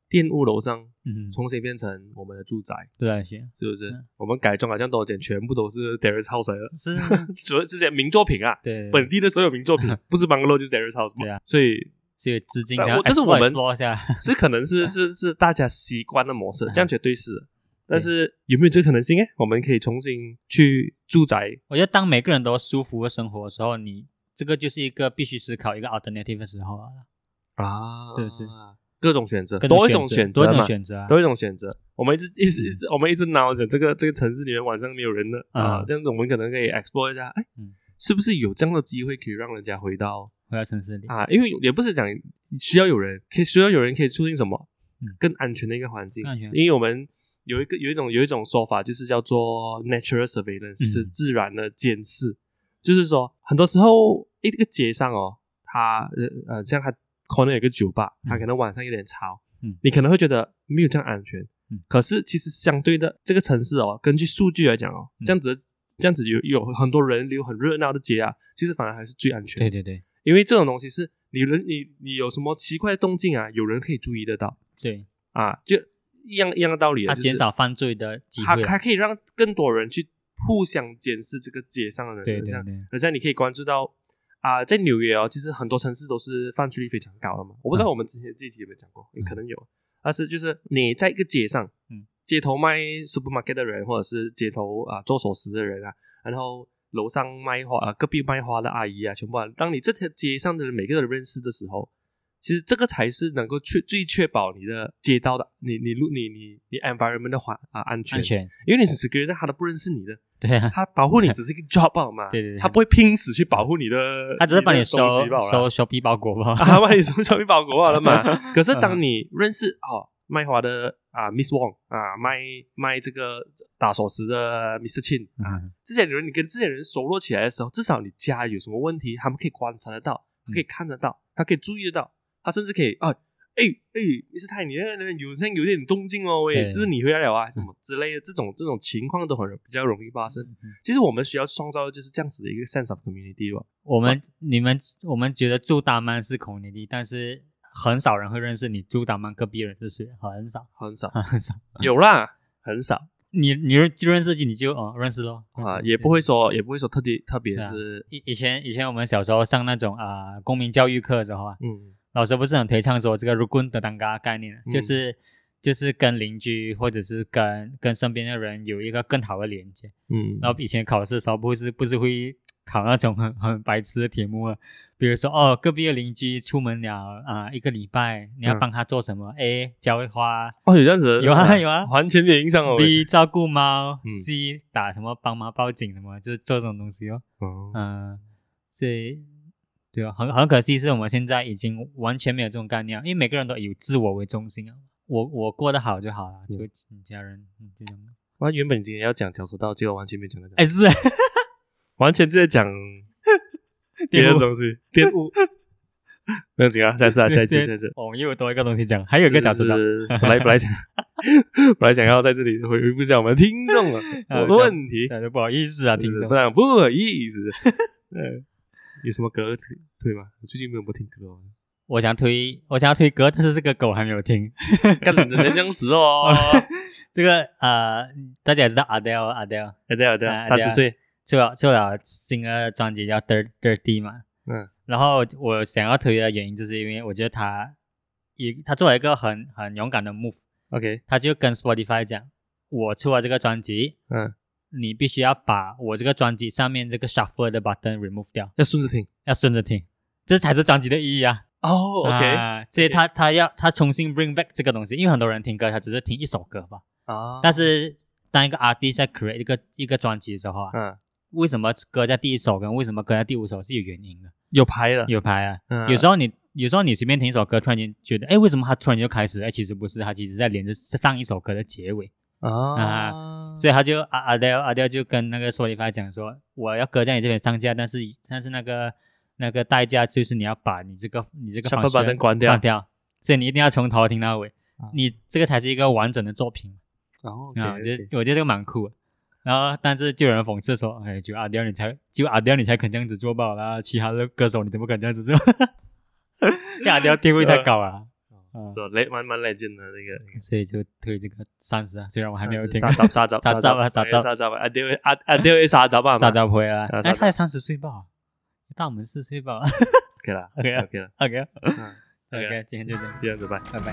Speaker 2: 电务楼上
Speaker 1: 嗯，
Speaker 2: 重新变成我们的住宅，
Speaker 1: 对啊，是
Speaker 2: 是不是？
Speaker 1: 嗯
Speaker 2: 我们改装好像多少钱，全部都是 Darius House 来 的，
Speaker 1: 是，
Speaker 2: 主要这些名作品啊，
Speaker 1: 对，
Speaker 2: 本地的所有名作品，不是 Bungalow 就是 Darius House 嘛。
Speaker 1: 对啊
Speaker 2: 所以
Speaker 1: 所以资金
Speaker 2: 但
Speaker 1: 想要
Speaker 2: 呃我这是我们
Speaker 1: explore 一下，
Speaker 2: 是可能是是是大家习惯的模式，这样绝对是的。但是有没有这个可能性呢？我们可以重新去住宅，
Speaker 1: 我觉得当每个人都舒服的生活的时候，你这个就是一个必须思考一个 alternative 的时候啊，
Speaker 2: 啊
Speaker 1: 是是
Speaker 2: 各种选择，
Speaker 1: 更
Speaker 2: 多一
Speaker 1: 种
Speaker 2: 种
Speaker 1: 选
Speaker 2: 选
Speaker 1: 择，多一
Speaker 2: 择
Speaker 1: 种
Speaker 2: 嘛，嗯
Speaker 1: 选择啊，
Speaker 2: 多一种选择。我们一直一直一直，我们一直闹着这个这个城市里面晚上没有人了
Speaker 1: 啊
Speaker 2: 啊，这样子我们可能可以 explore 一下，哎
Speaker 1: 嗯，
Speaker 2: 是不是有这样的机会可以让人家回到
Speaker 1: 回到城市里，
Speaker 2: 啊，因为也不是讲需要有人，可以需要有人可以促进什么
Speaker 1: 嗯
Speaker 2: 更安全的一个环境
Speaker 1: 更安全，
Speaker 2: 因为我们有一个有一种有一种说法，就是叫做 natural surveillance，就是
Speaker 1: 嗯
Speaker 2: 自然的监视，就是说很多时候一个街上哦，它呃呃像它 corner 有个酒吧，它
Speaker 1: 嗯
Speaker 2: 可能晚上有点吵，
Speaker 1: 嗯
Speaker 2: 你可能会觉得没有这样安全，
Speaker 1: 嗯
Speaker 2: 可是其实相对的这个城市哦，根据数据来讲哦，
Speaker 1: 嗯
Speaker 2: 这样子这样子有有很多人流很热闹的街啊，其实反而还是最安全的
Speaker 1: 对。对对
Speaker 2: 因为这种东西是你人你你有什么奇怪的动静啊，有人可以注意得到
Speaker 1: 对，
Speaker 2: 啊，就一样一样的道理啊，
Speaker 1: 它
Speaker 2: 就是
Speaker 1: 减少犯罪的机
Speaker 2: 它
Speaker 1: 会啊，
Speaker 2: 它可以让更多人去互相监视这个街上的人，
Speaker 1: 对对
Speaker 2: 像
Speaker 1: 对，
Speaker 2: 好像你可以关注到啊，在纽约哦，其实很多城市都是犯罪率非常高的嘛，我不知道我们之前这一集有没有讲过，也可能有，但是就是你在一个街上，
Speaker 1: 嗯，
Speaker 2: 街头卖 supermarket 的人，或者是街头啊做首饰的人啊，然后楼上卖花啊，隔壁卖花的阿姨啊，全部啊，当你这条街上的人每个人认识的时候，其实这个才是能够确最确保你的街道的你你路你你你 environment 的环啊安全，
Speaker 1: 安全，
Speaker 2: 因为你是 security，他都不认识你的，
Speaker 1: 对啊，
Speaker 2: 他保护你只是一个 job 罢了嘛，
Speaker 1: 对对对
Speaker 2: 他不会拼死去保护你的，
Speaker 1: 它只是帮你
Speaker 2: 的
Speaker 1: 收
Speaker 2: 东西罢了
Speaker 1: 收收皮包裹吧，
Speaker 2: 啊，帮你收小米保国了嘛。 可是当你认识哦，卖花的啊，Miss Wong 啊，卖卖这个打首饰的 Mr. Chin 啊，
Speaker 1: 嗯
Speaker 2: 这些人你跟这些人熟络起来的时候，至少你家有什么问题，他们可以观察得到，可以看得到，他可以注意得到，他甚至可以啊。哎哎，Mr. 泰，你那个人有像有点动静哦，喂，
Speaker 1: 对
Speaker 2: 是不是你回来了啊？什么之类的，这种这种情况都很容比较容易发生。其实我们需要创造的就是这样子的一个 sense of community 吧。
Speaker 1: 我们你们我们觉得住大曼是 community，但是很少人会认识你住大曼隔壁人是谁，很少
Speaker 2: 很少
Speaker 1: 很少，
Speaker 2: 有啦，很少。
Speaker 1: 你你认就认识你就哦认识咯
Speaker 2: 啊，
Speaker 1: 认识
Speaker 2: 也
Speaker 1: 对
Speaker 2: 不会说，也不会说特地，特别
Speaker 1: 对啊
Speaker 2: 是，
Speaker 1: 以以前以前我们小时候上那种啊、公民教育课的时候啊，
Speaker 2: 嗯，嘎
Speaker 1: 老师不是很推倡说这个 “rukun” 的当嘎概念啊，
Speaker 2: 嗯
Speaker 1: 就是就是跟邻居或者是跟跟身边的人有一个更好的连接。
Speaker 2: 嗯，
Speaker 1: 然后以前考试的时候不是不是会考那种很很白痴的题目啊，比如说哦隔壁的邻居出门了啊、一个礼拜，你要
Speaker 2: 嗯
Speaker 1: 帮他做什么、a 浇花
Speaker 2: 哦，有这样子，
Speaker 1: 有啊
Speaker 2: 哇
Speaker 1: 有啊
Speaker 2: 完全没有印象哦。喂
Speaker 1: ；B 照顾猫、
Speaker 2: 嗯
Speaker 1: c 打什么帮忙报警什么，就是做这种东西哦。
Speaker 2: 哦
Speaker 1: 嗯，所以对啊，很很可惜，是我们现在已经完全没有这种概念了，因为每个人都以自我为中心啊。我我过得好就好
Speaker 2: 嗯
Speaker 1: 了，就其他人嗯就这样。
Speaker 2: 我原本今天要讲脚手道，结果完全没有讲到这个，
Speaker 1: 哎，是
Speaker 2: 完全就在 讲别的东西，玷污。没有紧啊，下次啊，下一期，
Speaker 1: 对哦
Speaker 2: 下一期。
Speaker 1: 我们又多一个东西讲，还有一个角色的
Speaker 2: 是是是本来本来想， 本来想要在这里回回复一下我们听众的
Speaker 1: 啊
Speaker 2: 我的问题，
Speaker 1: 对，不好意思啊，听
Speaker 2: 是
Speaker 1: 众
Speaker 2: 不。然不 好意思。呃有什么歌推推吗？我最近没有播听歌哦。
Speaker 1: 我想推，我想要推歌，但是这个歌我还没有听。
Speaker 2: 干你能这样子哦！
Speaker 1: 这个呃，大家也知道 Adele，Adele
Speaker 2: 哎对啊对啊，
Speaker 1: 啊
Speaker 2: 三十岁，
Speaker 1: 出了出了新的专辑叫《Dirt Dirty》嘛。
Speaker 2: 嗯
Speaker 1: 然后我想要推的原因，就是因为我觉得他也他做了一个很很勇敢的 move，
Speaker 2: ，OK，
Speaker 1: 他就跟 Spotify 讲，我出了这个专辑，
Speaker 2: 嗯，
Speaker 1: 你必须要把我这个专辑上面这个 shuffle 的 button remove 掉，
Speaker 2: 要顺着听
Speaker 1: 要顺着听，这才是专辑的意义啊。
Speaker 2: 哦
Speaker 1: 啊所以他他要他重新 bring back 这个东西，因为很多人听歌他只是听一首歌吧，
Speaker 2: 啊
Speaker 1: 但是当一个 artist 在 create 一个一个专辑的时候啊，
Speaker 2: 嗯，
Speaker 1: 为什么歌在第一首跟为什么歌在第五首是有原因的，
Speaker 2: 有牌了，
Speaker 1: 有排啊。
Speaker 2: 嗯
Speaker 1: 有时候你有时候你随便听一首歌，突然间觉得，哎，为什么它突然就开始了？哎，其实不是，它其实在连着上一首歌的结尾，
Speaker 2: 啊，
Speaker 1: 所以他就阿阿廖阿廖就跟那个 Spotify 讲说，我要歌在你这边上架，但是但是那个那个代价就是你要把你这个你这个
Speaker 2: Shuffle
Speaker 1: function
Speaker 2: button 关掉
Speaker 1: 关掉，所以你一定要从头听到尾，
Speaker 2: 啊
Speaker 1: 你这个才是一个完整的作品
Speaker 2: 然后
Speaker 1: 啊！我觉得我觉得这个蛮酷的。然后，但是就有人讽刺说：“哎，就阿廖你才就阿廖你才肯这样子做罢啦，其他的歌手你怎么肯这样子做？ 这阿廖地位太高了，嗯
Speaker 2: 说雷蛮蛮 legend 的那个。
Speaker 1: 所以就推这个三十啊。虽然我还没有听
Speaker 2: 沙沙沙 沙
Speaker 1: 沙沙沙沙
Speaker 2: 沙沙，阿丢阿阿丢沙沙吧，
Speaker 1: 撒娇回来，
Speaker 2: 啊
Speaker 1: 哎，
Speaker 2: 撒娇
Speaker 1: 他才三十岁吧，大我们四岁吧。
Speaker 2: ，OK 啦
Speaker 1: OK 啊
Speaker 2: ，OK 啦，
Speaker 1: OK
Speaker 2: 嗯
Speaker 1: OK，今天就这样，
Speaker 2: 这样子拜。
Speaker 1: 拜拜。